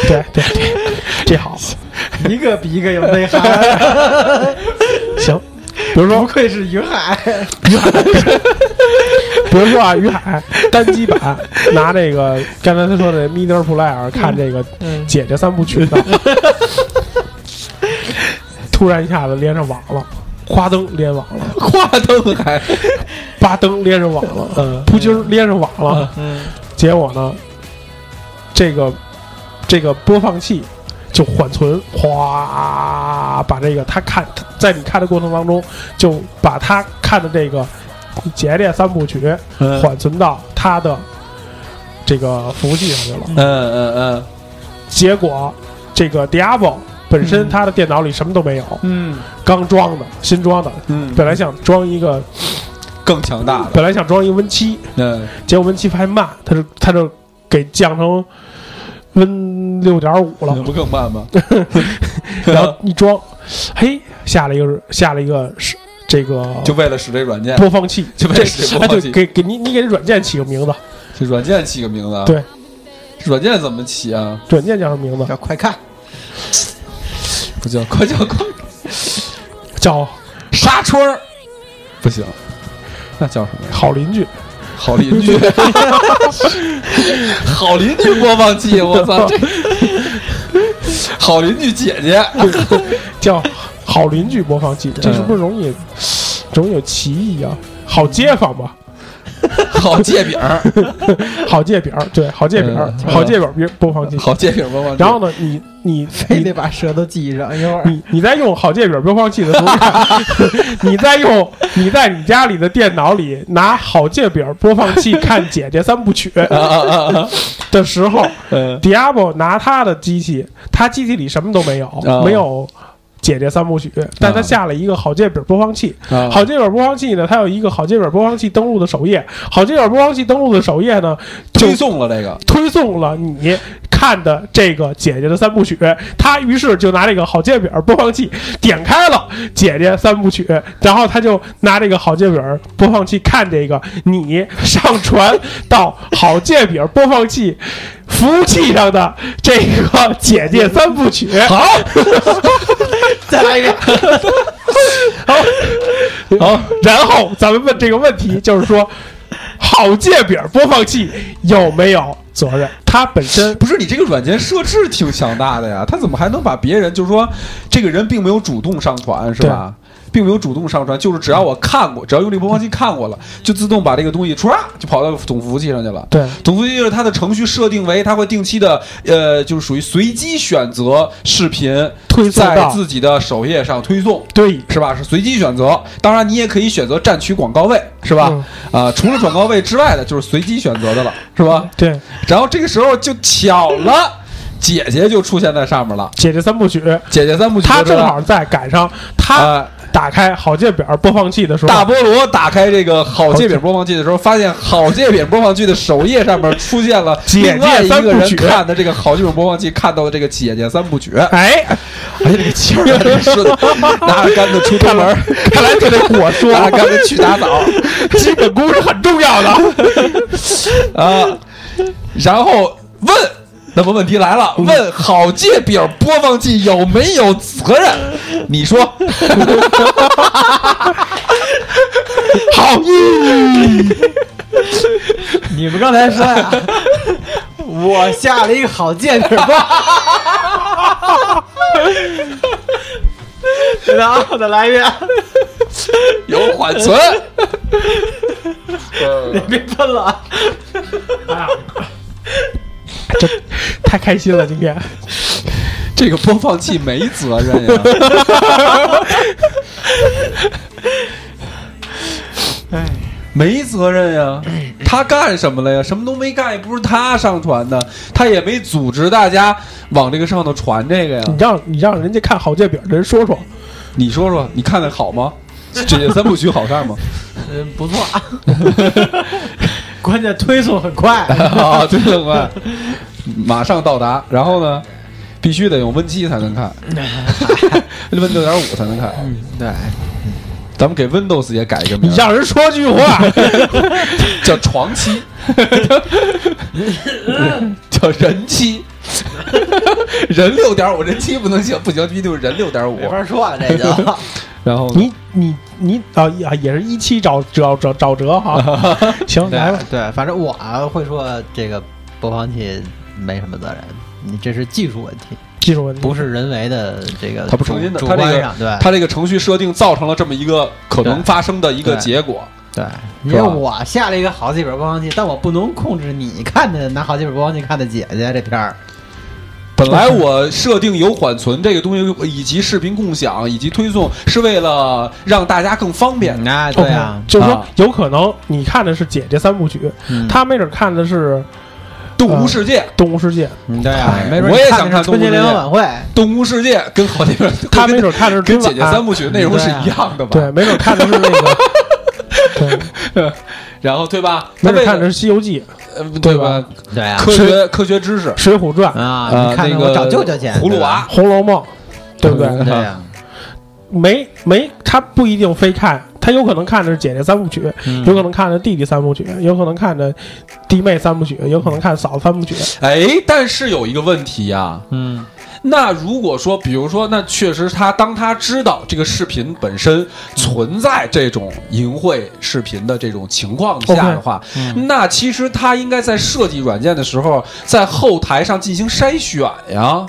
Speaker 2: 对对对，这好，
Speaker 6: 一个比一个有内涵，
Speaker 2: 行，比如说
Speaker 6: 不愧是云 海，
Speaker 2: 比如说啊，于海单机版拿这个刚才他说的《Meter Player》看这个《姐姐三部曲》的， 突然一下子连上网了，夸登连网了，
Speaker 4: 花灯还
Speaker 2: 巴登连上网了，嗯，扑筋儿连上网了，嗯，结果呢，这个这个播放器就缓存，哗，把这个他看在你看的过程当中，就把他看的这个《姐姐三部曲》
Speaker 4: 嗯
Speaker 2: 缓存到他的这个服务器上去了。
Speaker 4: 嗯嗯
Speaker 2: 结果这个 Diablo 本身他的电脑里什么都没有，
Speaker 4: 嗯
Speaker 2: 刚装的，新装的。
Speaker 4: 嗯，
Speaker 2: 本来想装一个，
Speaker 4: 更强大的，
Speaker 2: 本来想装一个 Win 七，
Speaker 4: 嗯
Speaker 2: 结果 Win 七还慢，他就他就给降成 Win 六点五了
Speaker 4: 那。不更 慢吗？
Speaker 2: 然后一装，嘿，下了一个下了一个是这个
Speaker 4: 就为了使这软件，
Speaker 2: 播放器，
Speaker 4: 就为了使这播
Speaker 2: 哎
Speaker 4: 放
Speaker 2: 对，
Speaker 4: 器，啊
Speaker 2: 给给你你给这软件起个名字，
Speaker 4: 这软件起个名字啊，
Speaker 2: 对
Speaker 4: 这软件怎么起啊？
Speaker 2: 软件叫什么名字？
Speaker 6: 叫快看，
Speaker 4: 不叫快叫快
Speaker 2: 叫
Speaker 4: 纱窗儿，不行，那叫什么呀？
Speaker 2: 好邻居。
Speaker 4: 好邻居，好邻居播放器，我操，这好邻居姐姐，
Speaker 2: 叫好邻居播放器，这是不是容易容易有歧义啊？好街坊吧，
Speaker 4: 好借饼儿，
Speaker 2: 好界饼儿，对，好界饼儿
Speaker 4: 嗯，
Speaker 2: 好界饼儿播放器。
Speaker 4: 好借饼儿播放器。
Speaker 2: 然后呢，你你
Speaker 6: 非
Speaker 2: 你
Speaker 6: 得把舌头系上，一会儿
Speaker 2: 你你在用好界饼儿播放器的时候， 你在用你在你家里的电脑里拿好界饼儿播放器看《姐姐三部曲》
Speaker 4: 啊啊啊啊，
Speaker 2: 的时候
Speaker 4: 嗯，
Speaker 2: ，Diablo 拿他的机器，他机器里什么都没有，
Speaker 4: 啊
Speaker 2: 没有。姐姐三部曲，但他下了一个好界饼儿播放器，
Speaker 4: 啊
Speaker 2: 好这本播放器呢，它有一个好这本播放器登录的首页，好这本播放器登录的首页呢，就
Speaker 4: 推送了这个，
Speaker 2: 推送了你看的这个姐姐的三部曲。他于是就拿这个好借本播放器点开了姐姐三部曲，然后他就拿这个好借本播放器看这个你上传到好借本播放器服务器上的这个姐姐三部曲。
Speaker 4: 啊
Speaker 2: 好，
Speaker 6: 再来一遍。
Speaker 2: 好，然后咱们问这个问题，就是说，好借饼播放器有没有责任？它本身
Speaker 4: 不是你这个软件设置挺强大的呀，他怎么还能把别人，就是说这个人并没有主动上传，是吧？并没有主动上传，就是只要我看过，只要用这个播放器看过了，就自动把这个东西歘就跑到总服务器上去了。
Speaker 2: 对
Speaker 4: 总服务器就是它的程序设定为，它会定期的，呃，就是属于随机选择视频
Speaker 2: 推送
Speaker 4: 在
Speaker 2: 到
Speaker 4: 自己的首页上推送，
Speaker 2: 对
Speaker 4: 是吧？是随机选择。当然，你也可以选择占取广告位，是吧？啊、
Speaker 2: 嗯嗯
Speaker 4: 除了广告位之外的，就是随机选择的了，是吧？
Speaker 2: 对
Speaker 4: 然后这个时候就巧了，姐姐就出现在上面了。
Speaker 2: 姐姐三部曲，
Speaker 4: 姐姐三部曲
Speaker 2: 它
Speaker 4: 就知
Speaker 2: 正
Speaker 4: 道，
Speaker 2: 好在赶上它
Speaker 6: 呃
Speaker 2: 打
Speaker 4: 啊、
Speaker 2: 开好借饼播放器的时候，
Speaker 4: 大菠萝打开这个好界饼播放器的时候，发现好界饼播放器的首页上面出现了
Speaker 2: 姐姐
Speaker 4: 另外一
Speaker 2: 三部
Speaker 4: 个人
Speaker 2: 曲
Speaker 4: 看的这个好界饼播放器看到的这个姐姐三部曲。
Speaker 2: 哎，
Speaker 4: 哎呀，这个气 儿真是的，拿着杆子出东门儿，
Speaker 2: 看来这得我说，
Speaker 4: 拿着杆子去打枣
Speaker 2: 基本功是很重要的。
Speaker 4: 啊，然后问。那么问题来了，问好界饼播放器有没有责任？你说，
Speaker 2: 好，
Speaker 6: 你们刚才说呀， 我下了一个好剑指吧。 然后再来一遍，
Speaker 4: 有缓存。
Speaker 6: 别喷了啊！
Speaker 2: 哎太开心了今天。
Speaker 4: 这个播放器没责任呀。没责任呀，他干什么了呀？什么都没干，也不是他上传的，他也没组织大家往这个上头传这个呀。
Speaker 2: 你让你让人家看好借饼的人说说，
Speaker 4: 你说说，你看看好吗？这也三部曲好 看吗？
Speaker 6: 嗯，不错 啊。关键推送很 快，
Speaker 4: 啊，对对对，马上到达。然后呢，必须得用 Win 七 才能看，Win 六点五才能看。
Speaker 6: 嗯对，
Speaker 4: 咱们给 Windows 也改一个
Speaker 6: 嗯
Speaker 4: 名
Speaker 2: 你
Speaker 4: 儿，
Speaker 2: 让人说句话，
Speaker 4: 叫床期，叫人期，人六点五，人期不能行，不行必须得是人六点五。
Speaker 6: 没法说了，啊这 就
Speaker 4: 然后
Speaker 2: 你你你啊也也是一期找找找找 辙哈。行，来吧
Speaker 6: 对。啊对，反正我啊会说这个播放器没什么责任，你这是技术问题，
Speaker 2: 技术问题，
Speaker 6: 不是人为的这个
Speaker 4: 它不
Speaker 6: 主
Speaker 4: 成因的，
Speaker 6: 主
Speaker 4: 它这
Speaker 6: 观
Speaker 4: 个
Speaker 6: 上对
Speaker 4: 它这个程序设定造成了这么一个可能发生的一个
Speaker 6: 对
Speaker 4: 结果。
Speaker 6: 对，因为我下了一个好几本播放器，但我不能控制你看的拿好几本播放器看的姐姐这片儿，
Speaker 4: 本来我设定有缓存这个东西，以及视频共享以及推送，是为了让大家更方便。
Speaker 2: 嗯
Speaker 6: 啊，对啊
Speaker 4: 哦
Speaker 2: OK，，就是说
Speaker 4: 啊
Speaker 2: 有可能你看的是姐姐三部曲，
Speaker 6: 嗯
Speaker 2: 他没准看的是。
Speaker 4: 动物世界，
Speaker 2: 动物世界，
Speaker 6: 嗯对呀
Speaker 4: 哎，
Speaker 6: 没准
Speaker 4: 我也
Speaker 6: 你看
Speaker 4: 想
Speaker 6: 那
Speaker 4: 看
Speaker 6: 春节
Speaker 4: 动物世界
Speaker 6: 联欢晚会，
Speaker 4: 动物世界跟 好电影，
Speaker 2: 他没准看着是春
Speaker 4: 跟姐
Speaker 2: 晚
Speaker 4: 姐三部曲内容是一样的吧？
Speaker 2: 对，没准看的是那个，对，
Speaker 4: 然后对吧？
Speaker 2: 没
Speaker 4: 他为
Speaker 2: 准
Speaker 4: 了
Speaker 2: 看的是《西游记
Speaker 4: 呃对吧？
Speaker 6: 对呀，
Speaker 4: 科学科学知识
Speaker 2: 《水浒传》《
Speaker 6: 啊，
Speaker 4: 呃
Speaker 6: 你看
Speaker 4: 那
Speaker 6: 看
Speaker 4: 个
Speaker 6: 我找舅舅去，
Speaker 4: 葫芦娃，
Speaker 2: 红楼梦》，对不对？
Speaker 6: 对吧，啊对呀，
Speaker 2: 没没，他不一定非看，他有可能看的是姐姐三部曲，
Speaker 6: 嗯
Speaker 2: 有可能看的弟弟三部曲，有可能看的弟妹三部曲，有可能看嫂子三部曲。
Speaker 4: 哎，但是有一个问题呀、
Speaker 6: 嗯，
Speaker 4: 那如果说，比如说，那确实他当他知道这个视频本
Speaker 2: 嗯
Speaker 4: 身存在这种淫秽视频的这种情况下的
Speaker 2: 哦
Speaker 4: 话
Speaker 2: 嗯
Speaker 4: 那其实他应该在设计软件的时候，在后台上进行筛选呀，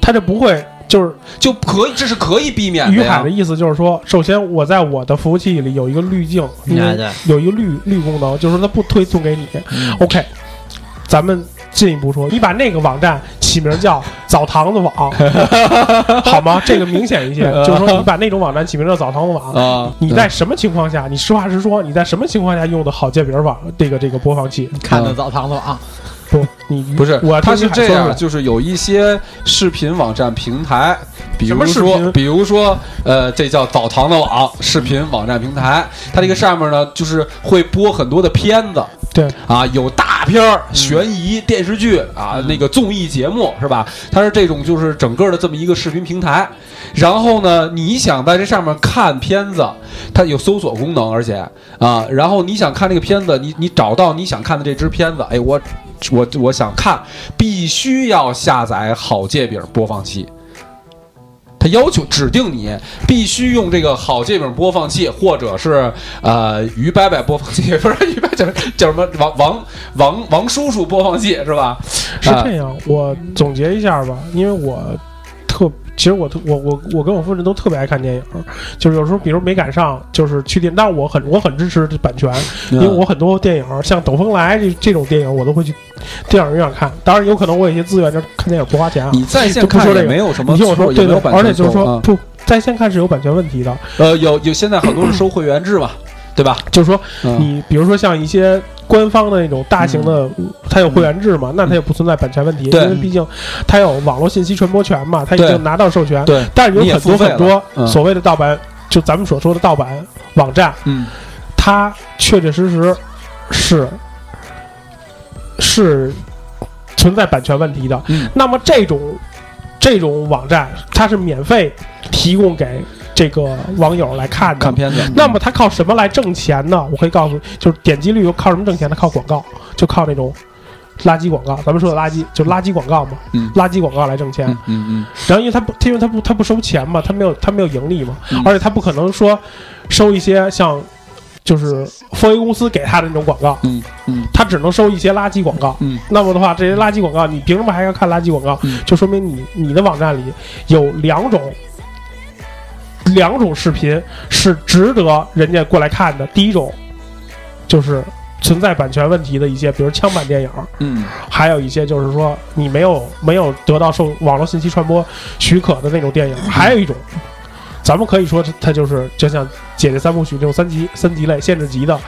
Speaker 2: 他这不会就是
Speaker 4: 就可以，这是可以避免
Speaker 2: 于
Speaker 4: 的
Speaker 2: 海
Speaker 4: 呀
Speaker 2: 的。意思就是说，首先我在我的服务器里有一个滤镜，
Speaker 6: 嗯
Speaker 2: 因为
Speaker 6: 对
Speaker 2: 有一个滤滤功能，就是它不推送给你。OK，咱们进一步说，你把那个网站起名叫“澡堂子网”， 好吗？这个明显一些，就是说你把那种网站起名叫“澡堂子网”，
Speaker 4: 啊，
Speaker 2: 你在什么情况下？你实话实说，你在什么情况下用的好界别网这个这个播放器？
Speaker 6: 看的澡堂子啊，
Speaker 2: 不，你
Speaker 4: 嗯不是，
Speaker 2: 我
Speaker 4: 他是这样，
Speaker 2: 的，
Speaker 4: 就是有一些视频网站平台，比如
Speaker 2: 什么视
Speaker 4: 说，
Speaker 2: 频
Speaker 4: 比如说，呃，这叫澡堂的网视频网站平台，它这个上面呢，就是会播很多的片子
Speaker 2: 对，
Speaker 4: 啊，有大片儿、悬疑电视剧啊，
Speaker 2: 嗯
Speaker 4: 那个综艺节目是吧？它是这种就是整个的这么一个视频平台，然后呢，你想在这上面看片子，它有搜索功能，而且啊，然后你想看这个片子，你你找到你想看的这支片子，哎，我我我想看，必须要下载好界饼播放器。它要求指定你必须用这个好界饼播放器，或者是呃于伯伯播放器， 不是于伯伯叫叫什么王王王王叔叔播放器是吧？
Speaker 2: 是
Speaker 4: 啊
Speaker 2: 这样。我总结一下吧，因为我特。其实我特我我我跟我夫人都特别爱看电影，就是有时候比如没赶上，就是去电，但是我很我很支持这版权，因为
Speaker 4: 嗯
Speaker 2: 我很多电影像《等风来》这这种电影我都会去电影院看，当然有可能我有一些资源就是看电影不花钱啊。
Speaker 4: 你在线
Speaker 2: 就不
Speaker 4: 看
Speaker 2: 说
Speaker 4: 也
Speaker 2: 这个
Speaker 4: 没有什么
Speaker 2: 你听
Speaker 4: 错
Speaker 2: 我，说，
Speaker 4: 也
Speaker 2: 对
Speaker 4: 没
Speaker 2: 对
Speaker 4: 有，版
Speaker 2: 而
Speaker 4: 权
Speaker 2: 且就是
Speaker 4: 错
Speaker 2: 说
Speaker 4: 啊
Speaker 2: 不在线看是有版权问题的，
Speaker 4: 呃，有有，现在很多人收会员制嘛，对吧？
Speaker 2: 就是说
Speaker 4: 嗯
Speaker 2: 你比如说像一些官方的那种大型的，嗯它有会员制嘛，那它也不存在版权问题，
Speaker 4: 嗯对
Speaker 2: 因为毕竟它有网络信息传播权嘛，它已
Speaker 4: 对
Speaker 2: 经拿到授权。
Speaker 4: 对，
Speaker 2: 但是
Speaker 4: 你
Speaker 2: 有
Speaker 4: 也
Speaker 2: 很多
Speaker 4: 付费
Speaker 2: 很多
Speaker 4: 了嗯
Speaker 2: 所谓的盗版，就咱们所说的盗版网站，
Speaker 4: 嗯，
Speaker 2: 它确确实实是是存在版权问题的。
Speaker 4: 嗯
Speaker 2: 那么这种这种网站，它是免费提供给这个网友来看的。
Speaker 4: 看片子。
Speaker 2: 那么它靠什么来挣钱呢？我可以告诉你，就是点击率又靠什么挣钱呢？靠广告，就靠那种垃圾广告。咱们说的垃圾，就是垃圾广告嘛，
Speaker 4: 嗯
Speaker 2: 垃圾广告来挣钱。
Speaker 4: 嗯嗯嗯，
Speaker 2: 然后因为它不，它因为它不，它不收钱嘛，它没有，它没有盈利嘛，
Speaker 4: 嗯
Speaker 2: 而且它不可能说收一些像就是风 A 公司给他的那种广告，
Speaker 4: 嗯嗯
Speaker 2: 它只能收一些垃圾广告。
Speaker 4: 嗯，
Speaker 2: 那么的话，这些垃圾广告，你凭什么还要看垃圾广告？
Speaker 4: 嗯
Speaker 2: 就说明你你的网站里有两种。两种视频是值得人家过来看的。第一种就是存在版权问题的一些，比如枪版电影，
Speaker 4: 嗯
Speaker 2: 还有一些就是说你没有没有得到受网络信息传播许可的那种电影，还有一种，咱们可以说它它就是就像《姐姐三部曲》这种三级三级类限制级的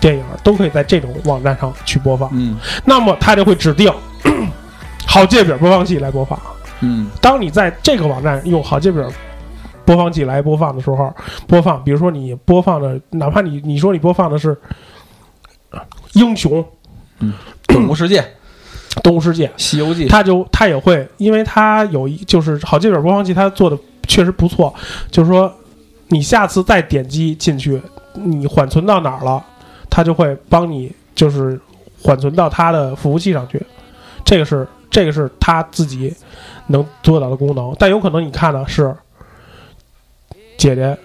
Speaker 2: 电影，都可以在这种网站上去播放。
Speaker 4: 嗯
Speaker 2: 那么它就会指定 好界饼播放器来播放。
Speaker 4: 嗯
Speaker 2: 当你在这个网站用好界饼播放器来播放的时候，播放，比如说你播放的，哪怕你你说你播放的是英雄
Speaker 4: 动物世界、
Speaker 2: 动物世界。
Speaker 4: 西游记，
Speaker 2: 嗯他就他也会，因为他有一就是好记本播放器，他做的确实不错。就是说，你下次再点击进去，你缓存到哪儿了，他就会帮你就是缓存到他的服务器上去。这个是这个是他自己能做到的功能，但有可能你看的是姐姐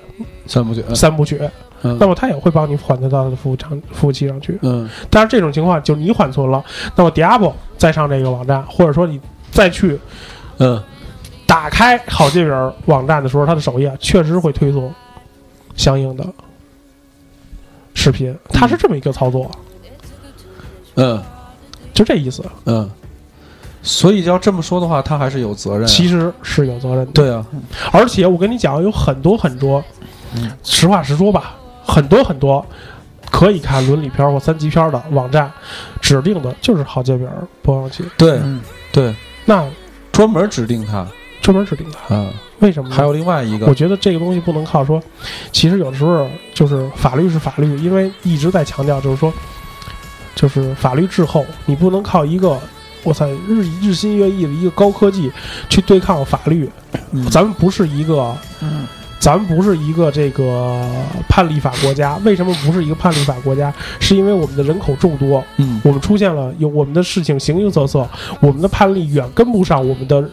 Speaker 4: 三部曲。
Speaker 2: 三部曲，
Speaker 4: 嗯
Speaker 2: 那么他也会帮你缓存到他的服务上服务器上去。
Speaker 4: 嗯
Speaker 2: 但是这种情况就是你缓存了，那么 Diablo 再上这个网站，或者说你再去
Speaker 4: 嗯，
Speaker 2: 打开好记本网站的时候，它的首页确实会推送相应的视频，它是这么一个操作，
Speaker 4: 嗯
Speaker 2: 就这意思，
Speaker 4: 嗯，所以要这么说的话，他还是有责任。啊
Speaker 2: 其实是有责任的。，
Speaker 4: 对啊，
Speaker 2: 而且我跟你讲，有很多很多，实话实说吧，很多很多可以看伦理片或三级片的网站指定的就是好界饼播放器，
Speaker 4: 对
Speaker 5: 嗯
Speaker 4: 对，
Speaker 2: 那
Speaker 4: 专门指定他
Speaker 2: 专门指定它。
Speaker 4: 啊。
Speaker 2: 为什么呢？
Speaker 4: 还有另外一个
Speaker 2: 嗯我，觉得这个东西不能靠说，其实有的时候就是法律是法律，因为一直在强调就是说，就是法律滞后，你不能靠一个我操日日新月异的一个高科技去对抗法律。
Speaker 5: 嗯
Speaker 2: 咱们不是一个，
Speaker 5: 嗯
Speaker 2: 咱们不是一个这个判例法国家。为什么不是一个判例法国家？是因为我们的人口众多，
Speaker 4: 嗯，
Speaker 2: 我们出现了有我们的事情形形色色，我们的判例远跟不上我们的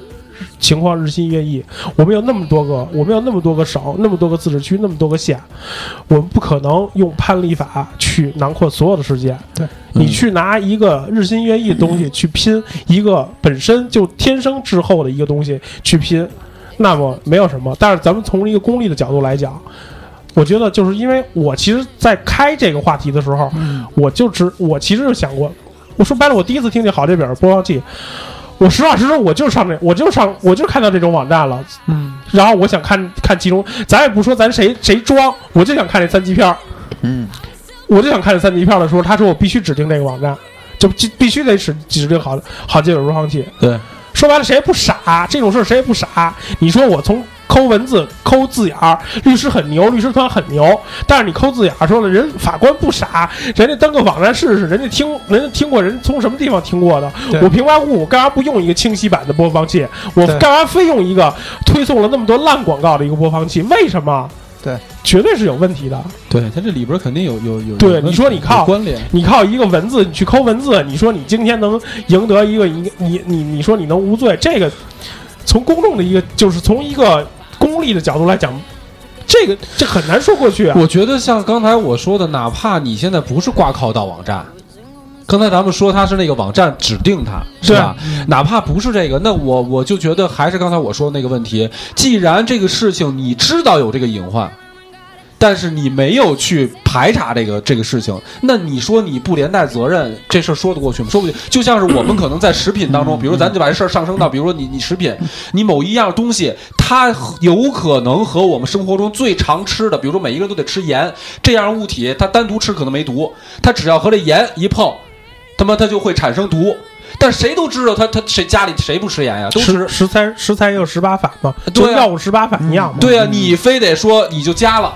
Speaker 2: 情况日新月异。我们有那么多个，我们有那么多个省，那么多个自治区，那么多个县，我们不可能用判例法去囊括所有的世界。对你去拿一个日新月异的东西去拼一个本身就天生滞后的一个东西去拼，那么没有什么。但是咱们从一个功利的角度来讲。我觉得就是因为我其实，在开这个话题的时候，
Speaker 4: 嗯
Speaker 2: 我就只我其实是想过，我说白了，我第一次听见好这本播放器，我实话实说，我就上这，我就上，我就看到这种网站了，
Speaker 5: 嗯
Speaker 2: 然后我想看看其中，咱也不说咱谁谁装，我就想看这三级片儿，
Speaker 5: 嗯，
Speaker 2: 我就想看这三级片儿的时候，他说我必须指定这个网站，就必必须得指指定好好这本播放器。
Speaker 4: 对，
Speaker 2: 说白了，谁也不傻，这种事儿谁也不傻。你说我从抠文字、抠字眼儿，律师很牛，律师团很牛，但是你抠字眼儿说了，人法官不傻，人家登个网站试试，人家听，人家听过，人从什么地方听过的？
Speaker 5: 对
Speaker 2: 我平白无故，我干嘛不用一个清晰版的播放器？我
Speaker 5: 对
Speaker 2: 干嘛非用一个推送了那么多烂广告的一个播放器？为什么？
Speaker 5: 对，
Speaker 2: 绝对是有问题的。
Speaker 4: 对他这里边肯定有有有
Speaker 2: 对
Speaker 4: 有问题
Speaker 2: 你说你靠
Speaker 4: 有关联，
Speaker 2: 你靠一个文字，你去抠文字，你说你今天能赢得一个你你你你说你能无罪，这个从公众的一个就是从一个功利的角度来讲，这个这很难说过去啊。
Speaker 4: 我觉得像刚才我说的，哪怕你现在不是挂靠到网站，刚才咱们说它是那个网站指定它，是
Speaker 2: 啊
Speaker 4: 吧？哪怕不是这个，那我我就觉得还是刚才我说的那个问题，既然这个事情你知道有这个隐患。但是你没有去排查这个这个事情，那你说你不连带责任这事儿说得过去吗？说不去。就像是我们可能在食品
Speaker 2: 嗯
Speaker 4: 当中，比如咱就把这事儿上升到，比如说你你食品，你某一样东西，它有可能和我们生活中最常吃的，比如说每一个人都得吃盐这样物体，它单独吃可能没毒，它只要和这盐一碰，他妈它就会产生毒。但谁都知道它，它谁家里谁不吃盐呀？都吃
Speaker 2: 十。十三十三又十八反嘛，就
Speaker 4: 对啊
Speaker 2: 药物十八反一样嘛。
Speaker 4: 对呀、你非得说你就加了。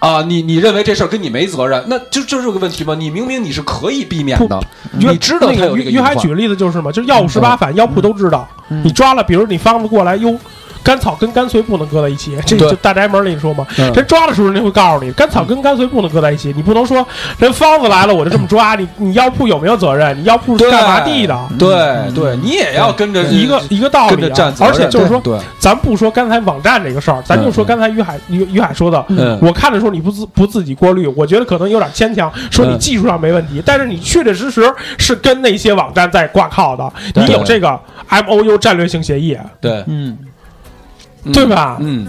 Speaker 4: 啊，你你认为这事儿跟你没责任，那就这是个问题吗？你明明你是可以避免的，
Speaker 2: 约
Speaker 4: 你知道
Speaker 2: 那
Speaker 4: 他
Speaker 2: 个
Speaker 4: 有这
Speaker 2: 于
Speaker 4: 个
Speaker 2: 于
Speaker 4: 隐
Speaker 2: 海
Speaker 4: 患嗯
Speaker 2: 举个例子就是嘛，就是药物十八反，药铺都知道。你抓了，比如你方子过来，哟，甘草跟甘髓不能搁在一起，这
Speaker 4: 对
Speaker 2: 就大宅门里说嘛。
Speaker 4: 嗯
Speaker 2: 人抓的时候，人家会告诉你，甘草跟甘髓不能搁在一起。你不能说人方子来了，我就这么抓你，你药铺有没有责任？你药铺是
Speaker 4: 对
Speaker 2: 干嘛地的？嗯
Speaker 4: 对对，你也要跟着
Speaker 2: 一个一个道
Speaker 4: 跟
Speaker 2: 理
Speaker 4: 着
Speaker 2: 啊
Speaker 4: 站，责
Speaker 2: 而
Speaker 4: 任，
Speaker 2: 且就是说，
Speaker 4: 对，
Speaker 2: 咱不说刚才网站这个事儿，咱就说刚才于海于于海说的，
Speaker 4: 嗯
Speaker 2: 我看的时候你不自不自己过滤，我觉得可能有点牵强，说你技术上没问
Speaker 4: 嗯
Speaker 2: 题，但是你确确实实是跟那些网站在挂靠的，
Speaker 4: 对
Speaker 2: 你有这个 M O U 战略性协议，
Speaker 4: 对
Speaker 5: 嗯，
Speaker 2: 对吧
Speaker 4: 嗯，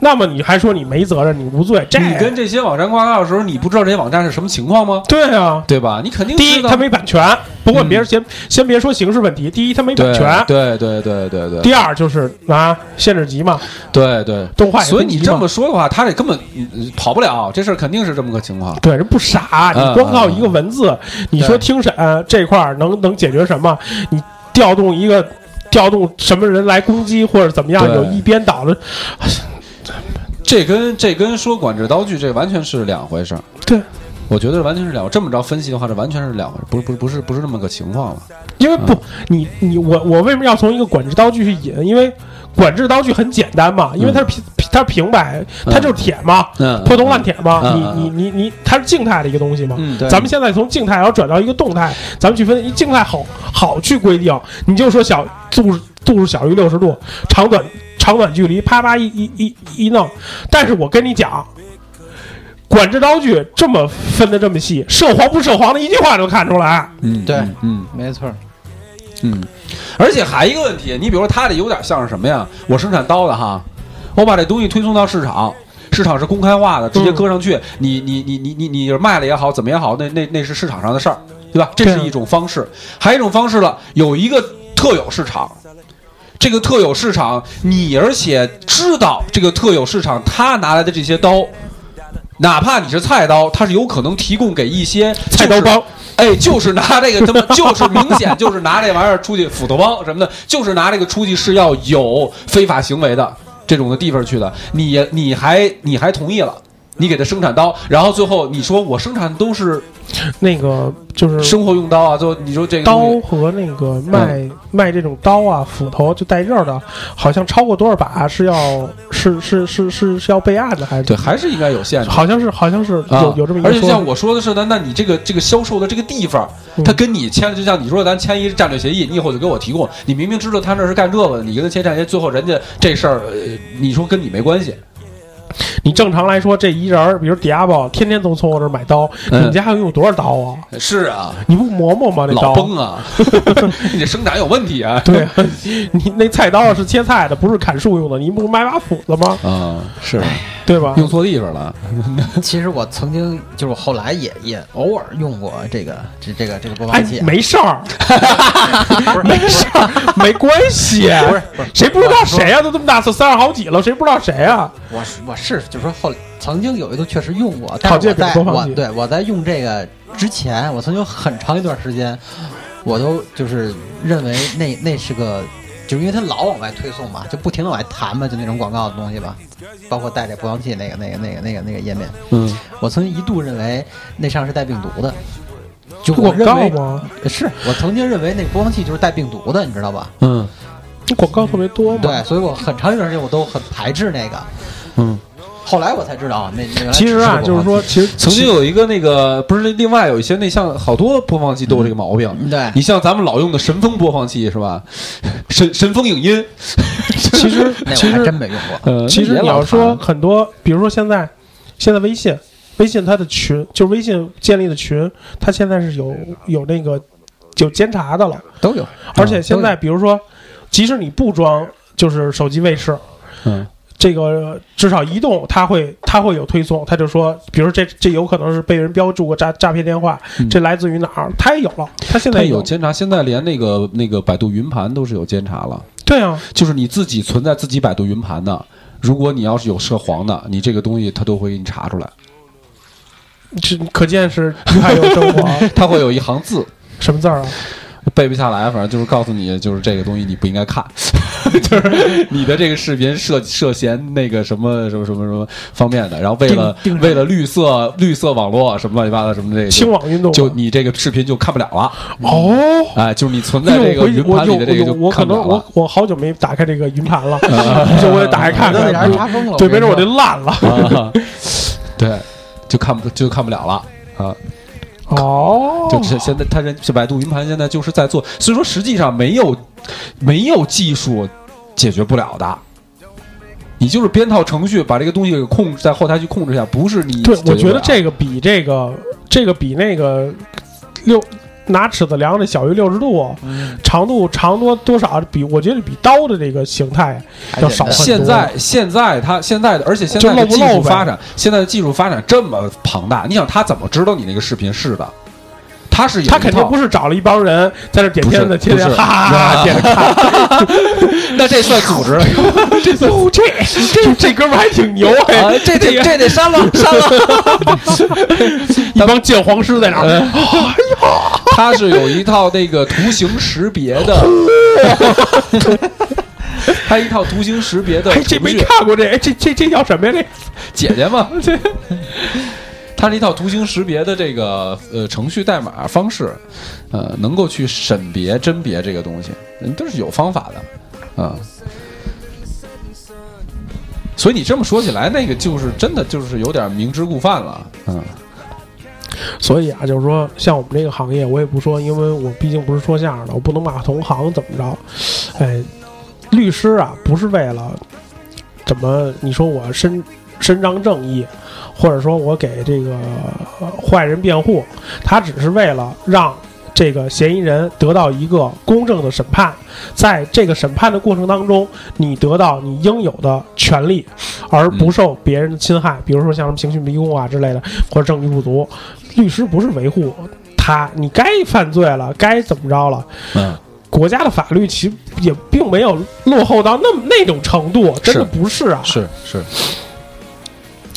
Speaker 2: 那么你还说你没责任，你无罪，这
Speaker 4: 你跟这些网站挂靠的时候，你不知道这些网站是什么情况吗？
Speaker 2: 对啊。
Speaker 4: 对吧？你肯定
Speaker 2: 第一，
Speaker 4: 知道
Speaker 2: 他没版权。不过别人先、先别说刑事问题，第一他没版
Speaker 4: 嗯对
Speaker 2: 权，
Speaker 4: 对对对对对
Speaker 2: 第二就是啊限制级嘛，
Speaker 4: 对对。
Speaker 2: 动画也
Speaker 4: 所以
Speaker 2: 分
Speaker 4: 你
Speaker 2: 级
Speaker 4: 这
Speaker 2: 嘛
Speaker 4: 么说的话，他这根本嗯跑不了，这事儿肯定是这么个情况。
Speaker 2: 对，人不傻，你
Speaker 4: 嗯
Speaker 2: 光靠一个文字，你说庭审这块儿能能解决什么？你调动一个调动什么人来攻击或者怎么样，
Speaker 4: 对
Speaker 2: 有一边倒的，
Speaker 4: 这跟这跟说管制刀具这完全是两回事儿。
Speaker 2: 对，
Speaker 4: 我觉得完全是两。这么着分析的话，这完全是两回事，不是不是不是不是这么个情况了。
Speaker 2: 因为不，
Speaker 4: 嗯
Speaker 2: 你你我我为什么要从一个管制刀具去引？因为管制刀具很简单嘛，因为它是平、它是平摆，它就是铁嘛，
Speaker 4: 嗯，
Speaker 2: 破铜烂铁嘛，
Speaker 4: 嗯嗯
Speaker 2: 你你你你，它是静态的一个东西嘛。
Speaker 4: 嗯，
Speaker 5: 对
Speaker 2: 咱们现在从静态，然后转到一个动态，咱们去分。一静态好好去规定，你就说小度数度数小于六十度，长短长短距离，啪啪一一一一弄。但是我跟你讲，管制刀具这么分的这么细，涉黄不涉黄的一句话就看出来。
Speaker 4: 嗯，
Speaker 5: 对
Speaker 4: 嗯嗯。
Speaker 5: 没错儿，
Speaker 4: 嗯，而且还一个问题，你比如说它这有点像是什么呀？我生产刀的哈，我把这东西推送到市场。市场是公开化的，直
Speaker 2: 嗯
Speaker 4: 接搁上去，你你你你你你卖了也好，怎么也好，那那那是市场上的事儿，对吧？这
Speaker 2: 对啊
Speaker 4: 是一种方式，还有一种方式了，有一个特有市场，这个特有市场，你而且知道这个特有市场，他拿来的这些刀哪怕你是菜刀，它是有可能提供给一些
Speaker 2: 菜刀帮，
Speaker 4: 就是哎，就是拿这 个他妈，就是明显就是拿这玩意儿出去斧头帮什么的，就是拿这个出去是要有非法行为的这种的地方去的，你你还你还同意了。你给他生产刀，然后最后你说我生产都是
Speaker 2: 那个就是
Speaker 4: 生活用刀啊，最后你说这个嗯东
Speaker 2: 刀
Speaker 4: 西
Speaker 2: 和那个卖、卖这种刀啊、斧头就带刃儿的，好像超过多少把是要是是是是是要备案的还是？
Speaker 4: 对还是应该有限制。
Speaker 2: 好像是好像是有、
Speaker 4: 啊，
Speaker 2: 有这么一
Speaker 4: 而
Speaker 2: 个
Speaker 4: 且
Speaker 2: 说法
Speaker 4: 像。我说的是呢，那你这个这个销售的这个地方，
Speaker 2: 嗯
Speaker 4: 他跟你签了，就像你说咱签一战略协议，你以后就给我提供，你明明知道他那儿是干这个的，你跟他签战略，最后人家这事儿，呃你说跟你没关系，
Speaker 2: 你正常来说，这一人儿，比如迪亚宝，天天都从我这儿买刀，
Speaker 4: 嗯
Speaker 2: 你们家要用多少刀啊？
Speaker 6: 呃
Speaker 4: 是啊，
Speaker 2: 你不磨磨吗？那
Speaker 4: 老
Speaker 2: 刀，
Speaker 4: 崩啊，你这生产有问题啊，
Speaker 2: 对 啊，你那菜刀是切菜的，不是砍树用的，你不买把斧子吗？
Speaker 4: 啊，是
Speaker 2: 对吧？
Speaker 4: 用错地方了，
Speaker 2: 哎
Speaker 6: 其实我曾经就是我后来也也偶尔用过这个这这个这个播
Speaker 2: 哎
Speaker 6: 放器，，
Speaker 2: 没事 儿，没事儿，没关系。
Speaker 4: 啊
Speaker 6: 不是不是
Speaker 2: 谁不知道谁啊？都这么大岁三十好几了，谁不知道谁啊？
Speaker 6: 我是我是就是说后曾经有一度确实用过，
Speaker 2: 考
Speaker 6: 但是
Speaker 2: 界
Speaker 6: 我
Speaker 2: 比
Speaker 6: 在
Speaker 2: 播放
Speaker 6: 我
Speaker 2: 器
Speaker 6: 对我在用这个之前，我曾经很长一段时间，我都就是认为那那是个，就是因为它老往外推送嘛，就不停的往外弹嘛，就那种广告的东西吧，包括带这播放器那个那个那个那个那个页面，
Speaker 4: 嗯，
Speaker 6: 我曾经一度认为那上是带病毒的，就我
Speaker 2: 广
Speaker 6: 认
Speaker 2: 告
Speaker 6: 为
Speaker 2: 吗？
Speaker 6: 是我曾经认为那个播放器就是带病毒的，你知道吧？
Speaker 4: 嗯
Speaker 2: 广告特别多嘛。
Speaker 6: 对，所以我很长一段时间我都很排斥那个。
Speaker 4: 嗯。
Speaker 6: 后来我才知道，那那原来
Speaker 2: 其实啊，
Speaker 6: 只
Speaker 2: 就是
Speaker 6: 个广告
Speaker 2: 说，其实
Speaker 4: 曾经有一个那个不是，另外有一些那像好多播放器都有这个毛病。
Speaker 6: 嗯对
Speaker 4: 你像咱们老用的神风播放器是吧？神神风影音，
Speaker 2: 其实
Speaker 6: 那
Speaker 2: 其
Speaker 6: 我还
Speaker 2: 实
Speaker 6: 真没用过。
Speaker 4: 呃
Speaker 2: 其实
Speaker 4: 也
Speaker 2: 你
Speaker 4: 老
Speaker 2: 要说
Speaker 4: 谈
Speaker 2: 很多，比如说现在现在微信，微信它的群就是微信建立的群，它现在是有有那个有监察的了，
Speaker 6: 都有，
Speaker 2: 而
Speaker 4: 啊
Speaker 2: 且现
Speaker 6: 都
Speaker 2: 在比如说，即使你不装就是手机卫士，
Speaker 4: 嗯
Speaker 2: 这个至少移动它会它会有推送，它就说，比如说这这有可能是被人标注过诈诈骗电话，
Speaker 4: 嗯
Speaker 2: 这来自于哪儿？它也有了，它现
Speaker 4: 它
Speaker 2: 在
Speaker 4: 有监察，现在连那个那个百度云盘都是有监察了，
Speaker 2: 对啊，
Speaker 4: 就是你自己存在自己百度云盘的。如果你要是有涉黄的，你这个东西它都会给你 查出来，
Speaker 2: 这可见是鱼海有生活 啊，
Speaker 4: 它会有一行字
Speaker 2: 什么字儿啊？
Speaker 4: 背不下来，反正就是告诉你，就是这个东西你不应该看， 就是你的这个视频涉涉嫌那个什么什么什么什么方面的，然后为了
Speaker 2: 定定制
Speaker 4: 为了绿色绿色网络什么乱七八糟什么这个就
Speaker 2: 清网运动啊
Speaker 4: 就你这个视频就看不了了，
Speaker 2: 哦。
Speaker 4: 哎，就是你存
Speaker 2: 因
Speaker 4: 在
Speaker 2: 为
Speaker 4: 这
Speaker 2: 我
Speaker 4: 个
Speaker 2: 回去
Speaker 4: 云
Speaker 2: 我
Speaker 4: 盘里
Speaker 2: 有
Speaker 4: 的这个
Speaker 2: 有
Speaker 4: 就
Speaker 2: 我可
Speaker 4: 看不
Speaker 2: 能
Speaker 4: 了
Speaker 2: 我
Speaker 4: 了。
Speaker 2: 我好久没打开这个云盘 了，就我得打开看
Speaker 6: 都得让
Speaker 2: 看
Speaker 6: 人。查封了。
Speaker 2: 对，
Speaker 6: 我
Speaker 2: 没
Speaker 6: 跟你
Speaker 2: 准我这
Speaker 6: 说
Speaker 2: 烂了。
Speaker 4: 啊， 对，就看不就看不了了。啊，
Speaker 2: 哦，
Speaker 4: 就是现在，他人这百度云盘现在就是在做，所以说实际上没有没有技术解决不了的，你就是编套程序把这个东西给控制在后台去控制一下，不是你
Speaker 2: 对，
Speaker 4: 解决
Speaker 2: 我觉
Speaker 4: 不
Speaker 2: 得
Speaker 4: 了
Speaker 2: 这个比这个这个比那个六拿尺子量的小于六十度，长度长多多少比我觉得比刀的这个形态要少很多。
Speaker 4: 现在现在它现在的，而且现
Speaker 2: 就
Speaker 4: 在的
Speaker 2: 露不
Speaker 4: 技
Speaker 2: 露
Speaker 4: 术
Speaker 2: 呗
Speaker 4: 发展，现在的技术发展这么庞大，你想他怎么知道你那个视频是的？他是有
Speaker 2: 他
Speaker 4: 一
Speaker 2: 肯定
Speaker 4: 套
Speaker 2: 不是找了一帮人在这点片子，
Speaker 4: 不是
Speaker 2: 天天
Speaker 4: 不是
Speaker 2: 哈哈哈 点着看，
Speaker 4: 那这算组织 了。
Speaker 2: 这这这这哥们儿还挺牛
Speaker 4: 啊
Speaker 2: 哎，，
Speaker 4: 这得这得删了删了。
Speaker 2: 一帮鉴黄师 在那
Speaker 4: 呃
Speaker 2: 儿。
Speaker 4: 它哎是有一套那个图形识别的， 它一套图形识别的
Speaker 2: 哎，这
Speaker 4: 程
Speaker 2: 没
Speaker 4: 序，
Speaker 2: 看过这，哎，这这这叫什么呀？
Speaker 4: 姐姐嘛，
Speaker 2: 这这
Speaker 4: 它是一套图形识别的这个呃程序代码方式，呃，能够去审别甄别这个东西，嗯都是有方法的，啊、所以你这么说起来，那个就是真的就是有点明知故犯了，嗯，
Speaker 2: 所以啊，就是说，像我们这个行业，我也不说，因为我毕竟不是说相声的，我不能骂同行怎么着。哎，律师啊，不是为了怎么哎你说我伸伸张正义，或者说我给这个呃坏人辩护，他只是为了让这个嫌疑人得到一个公正的审判，在这个审判的过程当中，你得到你应有的权利，而不受别人的侵害，比如说像什么刑讯逼供啊之类的，或者证据不足，律师不是维护他，你该犯罪了，该怎么着了，
Speaker 4: 嗯，
Speaker 2: 国家的法律其实也并没有落后到那么那种程度，真的
Speaker 4: 是
Speaker 2: 不是啊。
Speaker 4: 是是，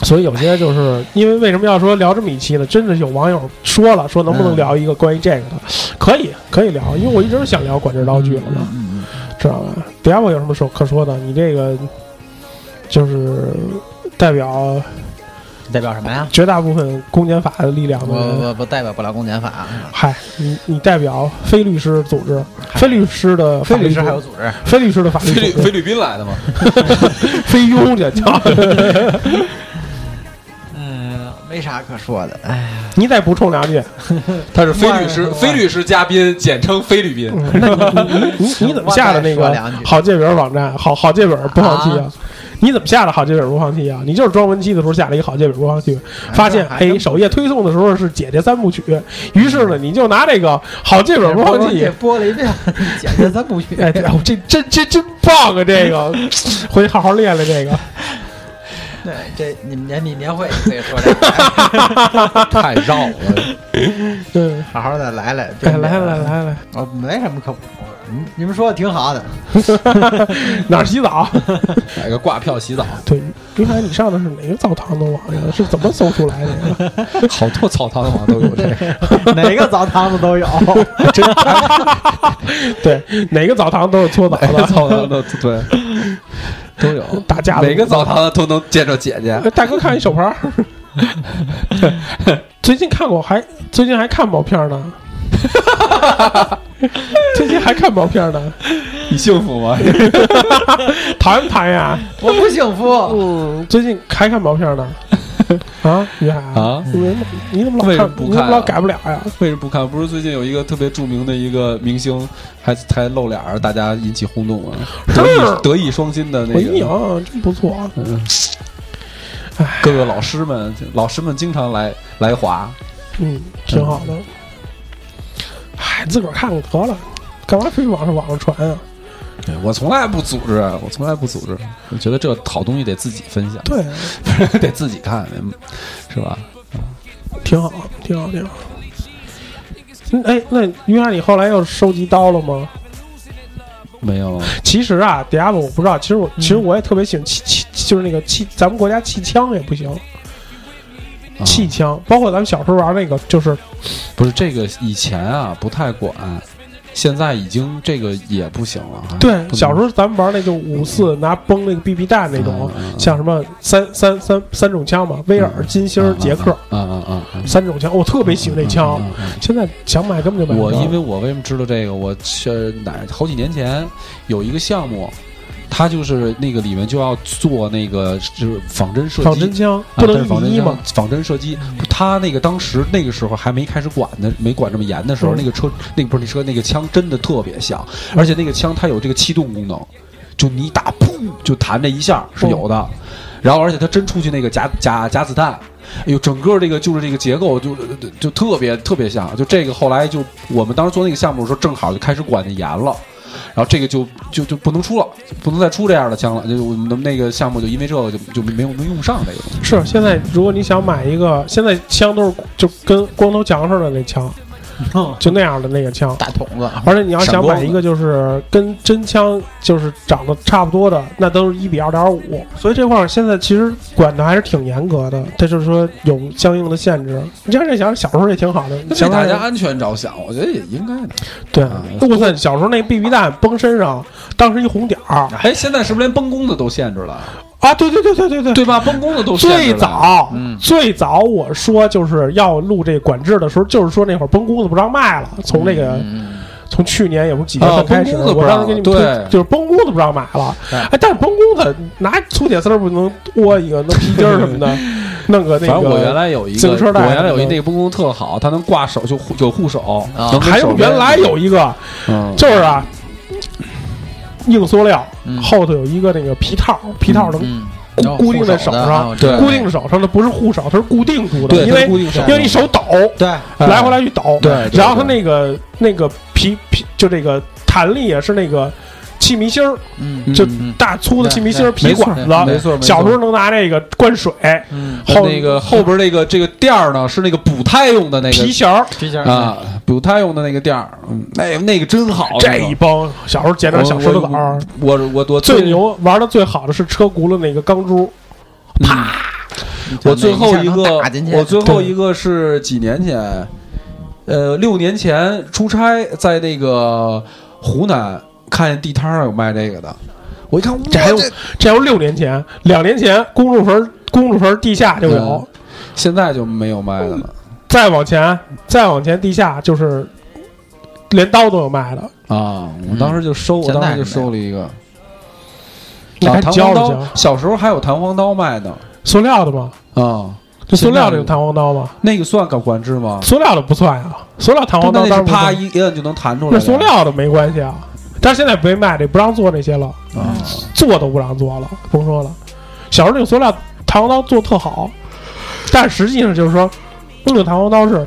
Speaker 2: 所以有些就是因为为什么要说聊这么一期呢？真的有网友说了，说能不能
Speaker 6: 嗯
Speaker 2: 聊一个关于这个的？可以，可以聊，因为我一直想聊管制刀具了嘛，
Speaker 6: 嗯
Speaker 2: 知道吧？迪亚我有什么说可说的？你这个就是代表
Speaker 6: 嗯代表什么呀？
Speaker 2: 绝大部分公检法的力量的
Speaker 6: 我
Speaker 2: 人。
Speaker 6: 我我代表不了公检法，啊
Speaker 2: 嗨，你你代表非律师组织，非律师的法
Speaker 6: 非
Speaker 2: 律
Speaker 6: 律师
Speaker 2: 组
Speaker 6: 还有组织，
Speaker 2: 非律师的法律
Speaker 4: 菲律
Speaker 2: 组
Speaker 4: 菲
Speaker 2: 织，
Speaker 4: 律宾来的吗？
Speaker 2: 非庸去叫。
Speaker 6: 嗯，没啥可说的。哎，
Speaker 2: 你再补充两句，
Speaker 4: 他是非律师，非律师嘉宾，简称菲律宾。
Speaker 2: 嗯那你你你你你怎么下的那
Speaker 6: 我再说
Speaker 2: 个
Speaker 6: 两句
Speaker 2: 好借本网站？好好借本不放弃啊
Speaker 6: 啊？
Speaker 2: 你怎么下的好借本不放弃啊？你就是装文期的时候下了一个好借本不放弃，发现
Speaker 6: 还真
Speaker 2: 哎首页推送的时候是姐姐三部曲，于是呢你就拿这个好借本不放弃
Speaker 6: 这。播了一遍，简直咱不去。
Speaker 2: 哎，对哦这这这真棒啊！这 个回去好好练练这个。
Speaker 6: 对，这你们年底年会可以说这个， 哎
Speaker 4: 太绕了，
Speaker 2: 嗯，
Speaker 6: 好好的来来，
Speaker 2: 哎，来来，来来，
Speaker 6: 我没什么可补的，你你们说的挺好的，
Speaker 2: 哪儿洗澡？
Speaker 4: 买个挂票洗澡，
Speaker 2: 对，云海，你上的是哪个澡堂的网呀？是怎么搜出来的 呀？
Speaker 4: 好多澡堂好像都有这个。
Speaker 6: 哪个澡堂子都有。
Speaker 2: 对， 哪个澡堂都是搓澡
Speaker 4: 每个
Speaker 2: 的，
Speaker 4: 澡堂都对都 有，
Speaker 2: 打架的
Speaker 4: 每个澡堂都能见着姐姐。
Speaker 2: 哎大哥看一手牌 儿。最近看过还最近还看毛片儿呢， 最近还看毛片儿呢，
Speaker 4: 你幸福吗？
Speaker 2: 谈不谈呀？
Speaker 6: 我不幸福，
Speaker 2: 嗯，最近还看毛片儿 呢。啊，于海
Speaker 4: 啊
Speaker 2: 你怎么你怎么
Speaker 4: 为
Speaker 2: 老看
Speaker 4: 什么？不
Speaker 2: 你怎么
Speaker 4: 看
Speaker 2: 老
Speaker 4: 啊
Speaker 2: 改不了呀？
Speaker 4: 为什么不看？不是最近有一个特别著名的一个明星，还还露脸儿，大家引起轰动啊！德艺德艺双馨的那
Speaker 2: 我阴影
Speaker 4: 个嗯
Speaker 2: 真不错啊。
Speaker 4: 各个老师们，老师们经常来来华，
Speaker 2: 嗯，挺好的。唉，自个儿看看得了，干嘛非往上网上传啊？
Speaker 4: 对我从来不组织，啊我从来不组织。我觉得这好东西得自己分享，
Speaker 2: 对，
Speaker 4: 得自己看，是吧？
Speaker 2: 挺好，挺好，挺好。嗯哎，那于海，你后来又收集刀了吗？
Speaker 4: 没 有，
Speaker 2: 其实啊，Diablo 我不知道，其实
Speaker 4: 嗯
Speaker 2: 我其实我也特别喜欢气气，就是那个气，咱们国家气枪也不行，
Speaker 4: 啊
Speaker 2: 气枪，包括咱们小时候玩那个，就是
Speaker 4: 不是这个以前啊不太管，现在已经这个也不行了。还
Speaker 2: 对
Speaker 4: 不能
Speaker 2: 小时候咱们玩那就五四拿崩那个 BB 弹那种，
Speaker 4: 嗯嗯嗯
Speaker 2: 像什么三三三三种枪嘛，威尔、金星、杰克
Speaker 4: 啊啊啊！
Speaker 2: 三种枪，我特别喜欢那枪
Speaker 4: 嗯嗯嗯嗯，
Speaker 2: 现在想买根本就买不
Speaker 4: 我
Speaker 2: 着。
Speaker 4: 因为我为什么知道这个？我是哪好几年前有一个项目，它就是那个里面就要做那个就是仿真射击，
Speaker 2: 仿真枪
Speaker 4: 啊
Speaker 2: 不能嗯一
Speaker 4: 但是仿
Speaker 2: 比
Speaker 4: 真
Speaker 2: 一
Speaker 4: 枪
Speaker 2: 嘛，
Speaker 4: 仿真射击，他那个当时那个时候还没开始管呢，没管这么严的时候，
Speaker 2: 嗯
Speaker 4: 那个车那个不是那车那个枪真的特别响，而且那个枪它有这个气动功能，就你一打砰就弹这一下是
Speaker 2: 嗯
Speaker 4: 有的，然后而且它真出去那个假假假子弹。哎呦，整个这个就是这个结构就就就特别特别像，就这个后来就我们当时做那个项目的时候，正好就开始管的严了，然后这个就就就不能出了，不能再出这样的枪了，就我们的那个项目就因为这个就就没有没用上这个东西。
Speaker 2: 是现在如果你想买一个，现在枪都是就跟光头强似的那枪，就那样的那个枪。
Speaker 6: 大筒子，
Speaker 2: 而且你要想买一个就是跟真枪就是长得差不多的，那都是一比二点五，所以这块儿现在其实管的还是挺严格的，这就是说有相应的限制。你这样想，小时候也挺好的，
Speaker 4: 为
Speaker 2: 想
Speaker 4: 大
Speaker 2: 想
Speaker 4: 家安全着想，我觉得也应该的。
Speaker 2: 对
Speaker 4: 啊，
Speaker 2: 我操，小时候那 BB 弹崩身上，当时一红点儿
Speaker 4: 哎，现在是不是连崩弓的都限制了，
Speaker 2: 啊，对对对对对对，
Speaker 4: 对吧？崩弓的都限制了。
Speaker 2: 最早、
Speaker 4: 嗯
Speaker 2: 最早我说就是要录这管制的时候，就是说那会儿崩弓子不让卖了，从那个、从去年也不是几月
Speaker 4: 嗯啊
Speaker 2: 份开始，
Speaker 4: 崩弓子不
Speaker 2: 我
Speaker 4: 让
Speaker 2: 当时给你们
Speaker 4: 对
Speaker 2: 推就是崩弓子不让买了。
Speaker 4: 哎
Speaker 2: 哎，但是崩弓子拿粗铁丝儿不能窝一个，弄皮筋儿什么 的，弄个那
Speaker 4: 反
Speaker 2: 个。
Speaker 4: 正我原来有一
Speaker 2: 自
Speaker 4: 个，
Speaker 2: 行车带嗯
Speaker 4: 我原来有一
Speaker 2: 那个
Speaker 4: 那个崩弓特好，它能挂手，就护有护手，
Speaker 6: 啊
Speaker 4: 能跟
Speaker 2: 还
Speaker 4: 手
Speaker 2: 有
Speaker 4: 边
Speaker 2: 原来有一个
Speaker 4: 嗯
Speaker 2: 就是啊，硬塑料
Speaker 6: 嗯
Speaker 2: 后头有一个那个皮套，皮套能
Speaker 6: 嗯，
Speaker 2: 固定在手上，
Speaker 4: 啊对
Speaker 2: 固定手上，它不是护手，它是固定住的，
Speaker 4: 对，
Speaker 2: 因为
Speaker 4: 它固定手，
Speaker 2: 因为你手抖。
Speaker 6: 对，
Speaker 2: 来回来去抖，
Speaker 4: 嗯对对
Speaker 2: 然后它那个那个皮皮就这个弹力也是那个气密芯儿，
Speaker 6: 嗯
Speaker 2: 就
Speaker 4: 嗯
Speaker 2: 大粗的气密芯儿
Speaker 4: 没
Speaker 2: 皮
Speaker 4: 错
Speaker 2: 管
Speaker 4: 没
Speaker 2: 子。
Speaker 4: 错，没错
Speaker 2: 小时候。能拿那个灌水，
Speaker 6: 嗯，
Speaker 4: 它
Speaker 2: 后
Speaker 4: 那个后边那个这个垫儿呢，是那个补胎用的那
Speaker 2: 皮
Speaker 4: 个
Speaker 2: 弦儿，
Speaker 6: 皮筋儿，
Speaker 4: 啊，补胎用的那个垫儿，嗯，那那个真好。
Speaker 2: 这
Speaker 4: 那个
Speaker 2: 一帮小时候捡点小石头子儿。
Speaker 4: 我我我我嗯
Speaker 2: 最牛玩的最好的是车轱辘那个钢珠，
Speaker 4: 啪，我最后一个
Speaker 6: 打进去，
Speaker 4: 我最后一个是几年前，呃，六年前出差在那个湖南，看见地摊上有卖这个的，我一看，
Speaker 2: 这还有
Speaker 4: 哇
Speaker 2: 这还有六年前，两年前公主坟公主坟地下就
Speaker 4: 嗯
Speaker 2: 有，
Speaker 4: 现在就没有卖的了
Speaker 2: 再往前再往前地下就是连刀都有卖的，
Speaker 4: 啊！我当时就收，我
Speaker 6: 现在
Speaker 4: 当时就是
Speaker 6: 没有
Speaker 4: 收了一个。
Speaker 2: 你
Speaker 4: 啊
Speaker 2: 还
Speaker 4: 弹
Speaker 2: 教
Speaker 4: 簧
Speaker 2: 着
Speaker 4: 刀
Speaker 2: 教，
Speaker 4: 小时候还有弹簧刀卖呢
Speaker 2: 塑料的吗？
Speaker 4: 啊，
Speaker 2: 这塑料的
Speaker 4: 现
Speaker 2: 有
Speaker 4: 在
Speaker 2: 弹簧刀吗？
Speaker 4: 那个算搞管制吗？
Speaker 2: 塑料的不算啊，塑料弹簧
Speaker 4: 那
Speaker 2: 刀当
Speaker 4: 那是
Speaker 2: 然不算
Speaker 4: 啪一摁就能弹出来
Speaker 2: 那
Speaker 4: 的。
Speaker 2: 塑料的没关系啊，但是现在不卖这，不让做那些了，
Speaker 4: 啊，
Speaker 2: 做都不让做了，甭说了。小时候那个塑料弹簧刀做特好，但实际上就是说，那个弹簧刀是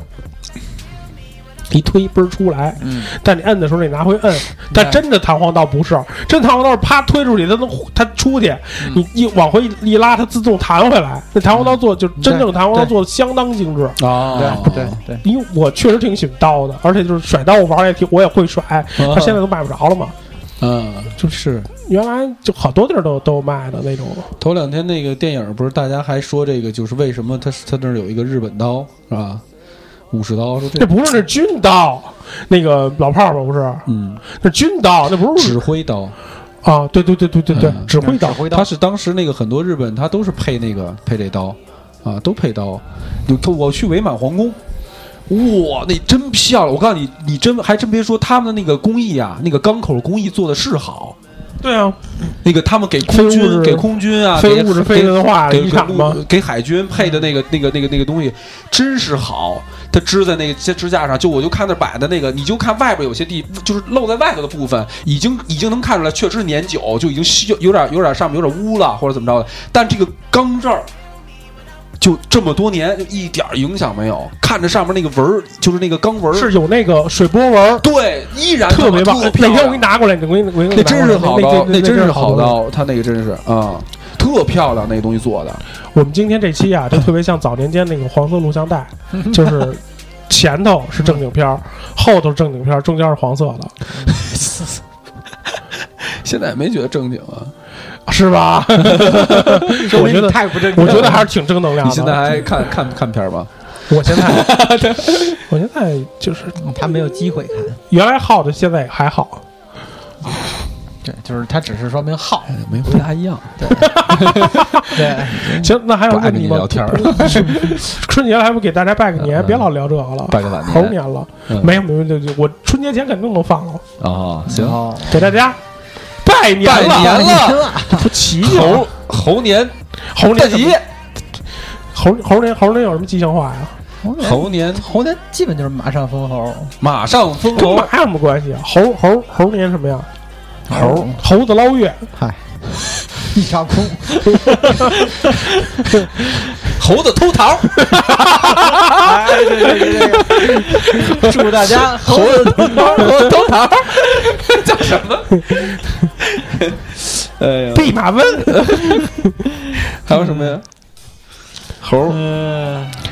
Speaker 2: 一推嘣儿出来，
Speaker 6: 嗯，
Speaker 2: 但你摁的时候你拿回摁，但真的弹簧刀不是，真弹簧刀是啪推出去，它能它出去，你一往回一一拉，它自动弹回来。那弹簧刀做就真正弹簧刀
Speaker 6: 对
Speaker 2: 做的相当精致。
Speaker 4: 啊，
Speaker 6: 对对对，
Speaker 2: 因为我确实挺喜欢刀的，而且就是甩刀我玩儿也挺，我也会甩，
Speaker 4: 啊
Speaker 2: 它现在都买不着了嘛。
Speaker 4: 嗯，就是
Speaker 2: 原来就好多地儿都都有卖的那种，
Speaker 4: 头两天那个电影不是大家还说这个，就是为什么他他那儿有一个日本刀是吧？武士刀说
Speaker 2: 那
Speaker 4: 这
Speaker 2: 不是那军刀，那个老炮儿吧不是，
Speaker 4: 嗯
Speaker 2: 那军刀，那不是
Speaker 4: 指挥刀，
Speaker 2: 啊，对对对对对对，
Speaker 4: 嗯
Speaker 2: 指挥刀
Speaker 6: 指，挥刀
Speaker 4: 他是当时那个很多日本他都是配那个配这刀啊，都配刀。有他我去伪满皇宫。哇，那真漂亮！我告诉你，你真还真别说，他们的那个工艺啊，那个钢口工艺做的是好。
Speaker 2: 对啊，
Speaker 4: 那个他们给
Speaker 2: 非
Speaker 4: 空
Speaker 2: 物质
Speaker 4: 军给空军啊，
Speaker 2: 非
Speaker 4: 给
Speaker 2: 物质非
Speaker 4: 给
Speaker 2: 文化
Speaker 4: 给
Speaker 2: 遗
Speaker 4: 给
Speaker 2: 产吗？
Speaker 4: 陆给海军配的那个那个那个那个东西，真是好。它支在那个支架上，就我就看那摆的那个，你就看外边有些地就是露在外头的部分，已经已经能看出来，确实是年久就已经锈，有点有点上面有点污了或者怎么着的。但这个钢这儿。就这么多年，就一点影响没有。看着上面那个纹儿，就是那个钢纹儿，
Speaker 2: 是有那个水波纹儿，
Speaker 4: 对，依然
Speaker 2: 特别棒。
Speaker 4: 特
Speaker 2: 哪
Speaker 4: 漂
Speaker 2: 天
Speaker 4: 亮
Speaker 2: 我给你拿过来，你我给你我给你
Speaker 4: 那
Speaker 2: 拿过来
Speaker 4: 真是好
Speaker 2: 那
Speaker 4: 刀，
Speaker 2: 那
Speaker 4: 真
Speaker 2: 是
Speaker 4: 是好
Speaker 2: 刀。
Speaker 4: 刀，他那个真是啊，特漂亮，那个东西做的。
Speaker 2: 我们今天这期啊，就特别像早年间那个黄色录像带， 就是前头是正经片儿，后头是正经片儿，中间是黄色的，
Speaker 4: 现在也没觉得正经啊，
Speaker 2: 是吧？我觉得
Speaker 6: 太不 正
Speaker 2: 我 觉得还是挺正能量
Speaker 4: 你
Speaker 2: 的。
Speaker 4: 现在还看看看片儿吗？
Speaker 2: 我现在，我现在就是
Speaker 6: 他没有机会看，
Speaker 2: 原来好的，现在还好。
Speaker 6: 对，就是他只是说明好，
Speaker 4: 哎没不大一样，
Speaker 6: 对，
Speaker 2: 行，那还有
Speaker 4: 嗯不
Speaker 2: 问
Speaker 4: 爱跟
Speaker 2: 题
Speaker 4: 你
Speaker 2: 吗？
Speaker 4: 聊 天儿了，
Speaker 2: 春节了还不给大家拜个年，
Speaker 4: 嗯
Speaker 2: 别老聊这个了，
Speaker 4: 拜个晚
Speaker 2: 猴
Speaker 4: 年
Speaker 2: 年了，
Speaker 4: 嗯
Speaker 2: 没有没有没有，我春节前肯定能放了，
Speaker 4: 啊，行
Speaker 6: 然，后哎
Speaker 2: 给大家
Speaker 4: 嗯
Speaker 2: 拜年
Speaker 4: 拜
Speaker 2: 了，
Speaker 4: 年了，
Speaker 2: 不吉利吗
Speaker 4: 猴猴年
Speaker 2: 猴
Speaker 4: 大
Speaker 2: 年
Speaker 4: 吉，
Speaker 2: 猴猴年猴年有什么吉祥话呀？
Speaker 4: 猴年
Speaker 6: 猴年基本就是马上封 猴，
Speaker 4: 马上封
Speaker 2: 跟
Speaker 4: 猴
Speaker 2: 马，有什么关系啊？猴猴猴年什么呀？
Speaker 6: 猴
Speaker 2: 猴子捞月，
Speaker 6: 一场空，
Speaker 4: 猴子偷 桃，
Speaker 6: 哎，对对对对，祝大家猴子
Speaker 4: 猴子偷桃，叫什么？ 哎呀，
Speaker 2: 弼马温，
Speaker 4: 还有什么呀？猴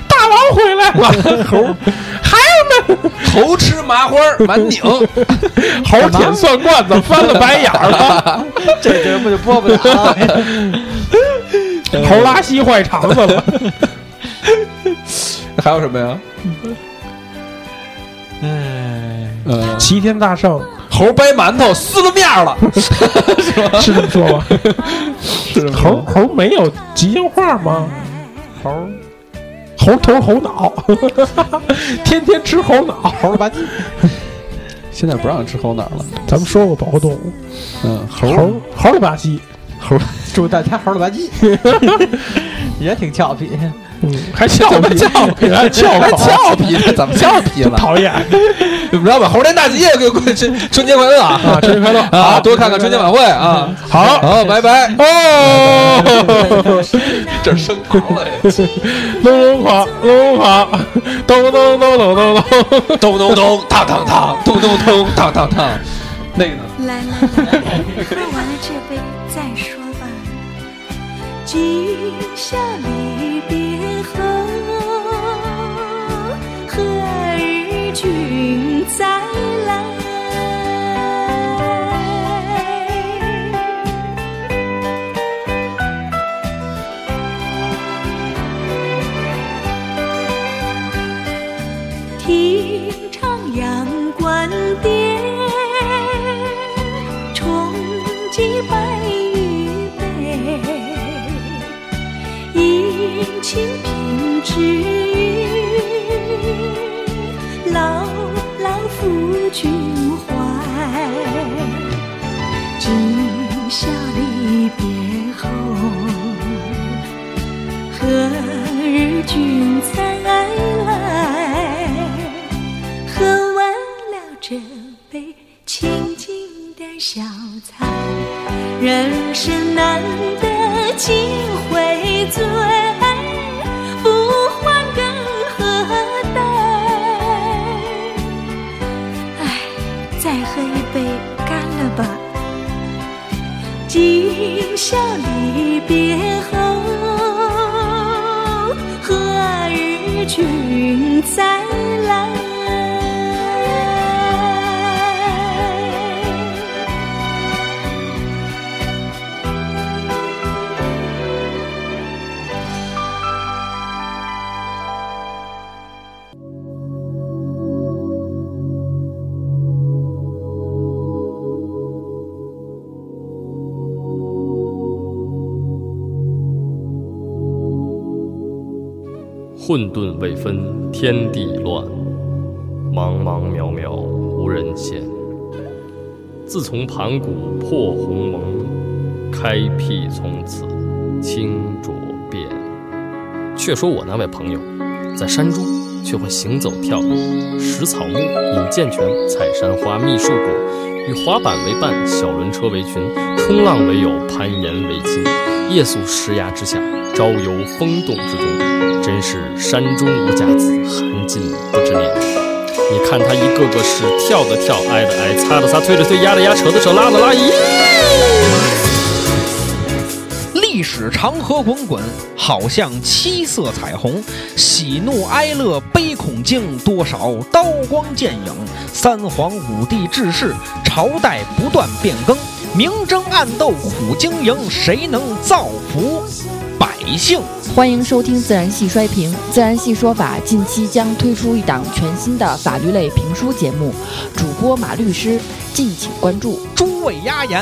Speaker 2: 大王回 来了，猴
Speaker 4: 猴吃麻花儿满拧，
Speaker 2: 猴舔蒜罐子，翻了白眼儿了，
Speaker 6: 这节目就播不了了。
Speaker 2: 猴拉稀坏肠子了。
Speaker 4: 嗯还有什么呀？
Speaker 6: 哎，
Speaker 4: 嗯，
Speaker 2: 齐天大圣
Speaker 4: 猴掰馒头撕了面儿了，
Speaker 2: 是这么说吗？猴猴没有吉祥话吗？
Speaker 6: 猴
Speaker 2: 猴头猴脑， 天天吃猴脑。
Speaker 6: 猴了吧唧，
Speaker 4: 现在不让吃猴脑了。
Speaker 2: 咱们说过保护动物，
Speaker 4: 嗯，
Speaker 2: 猴猴了吧唧，
Speaker 6: 祝大家猴了吧唧， 也挺俏皮。
Speaker 2: 嗯，还翘皮，翘皮， 还翘
Speaker 4: 还
Speaker 2: 口，
Speaker 4: 俏皮呢，怎么俏皮
Speaker 2: 真
Speaker 4: 了？
Speaker 2: 讨 厌
Speaker 4: 怎么着吧？猴年大吉也给过春春节快乐啊！
Speaker 2: 啊！春节快乐，
Speaker 4: 啊，多看看春节晚会啊！
Speaker 2: 好。
Speaker 4: 好，拜拜
Speaker 2: 哦，
Speaker 4: 这升堂了，
Speaker 2: 龙龙狂，龙龙狂，咚咚咚咚咚咚。
Speaker 4: 咚咚咚，当当当，咚咚咚，当当当。那个呢？
Speaker 3: 来来来，喝完了这杯再说吧，今宵离别后，何日君再来？听徜徉观点，冲击白与悲，殷勤品质，牢牢抚君怀。今宵离别后，何日君再来？喝完了这杯清静的小菜，人生难得几回醉，不欢更何待？唉，哎再喝一杯，干了吧！今宵离别后，何日君再来？
Speaker 1: 混沌未分天地乱，茫茫渺渺无人见。自从盘古破鸿蒙，开辟从此清浊变。却说我那位朋友，在山中却会行走跳跃，食草木，饮涧泉，采山花，觅树果，与滑板为伴，小轮车为群，冲浪为友，攀岩为亲。夜宿石崖之下，朝游风洞之中，真是山中无甲子，寒尽不知年。你看他一个个是跳的跳，挨的挨，擦的擦，推的推，压的压，扯的扯，拉的拉，咦！
Speaker 6: 历史长河滚滚，好像七色彩虹。喜怒哀乐悲恐惊，多少刀光剑影。三皇五帝治世，朝代不断变更。明争暗斗苦经营，谁能造福百姓？
Speaker 7: 欢迎收听《自然系衰评》。《自然系说法》近期将推出一档全新的法律类评书节目，主播马律师，敬请关注。
Speaker 6: 诸位压言。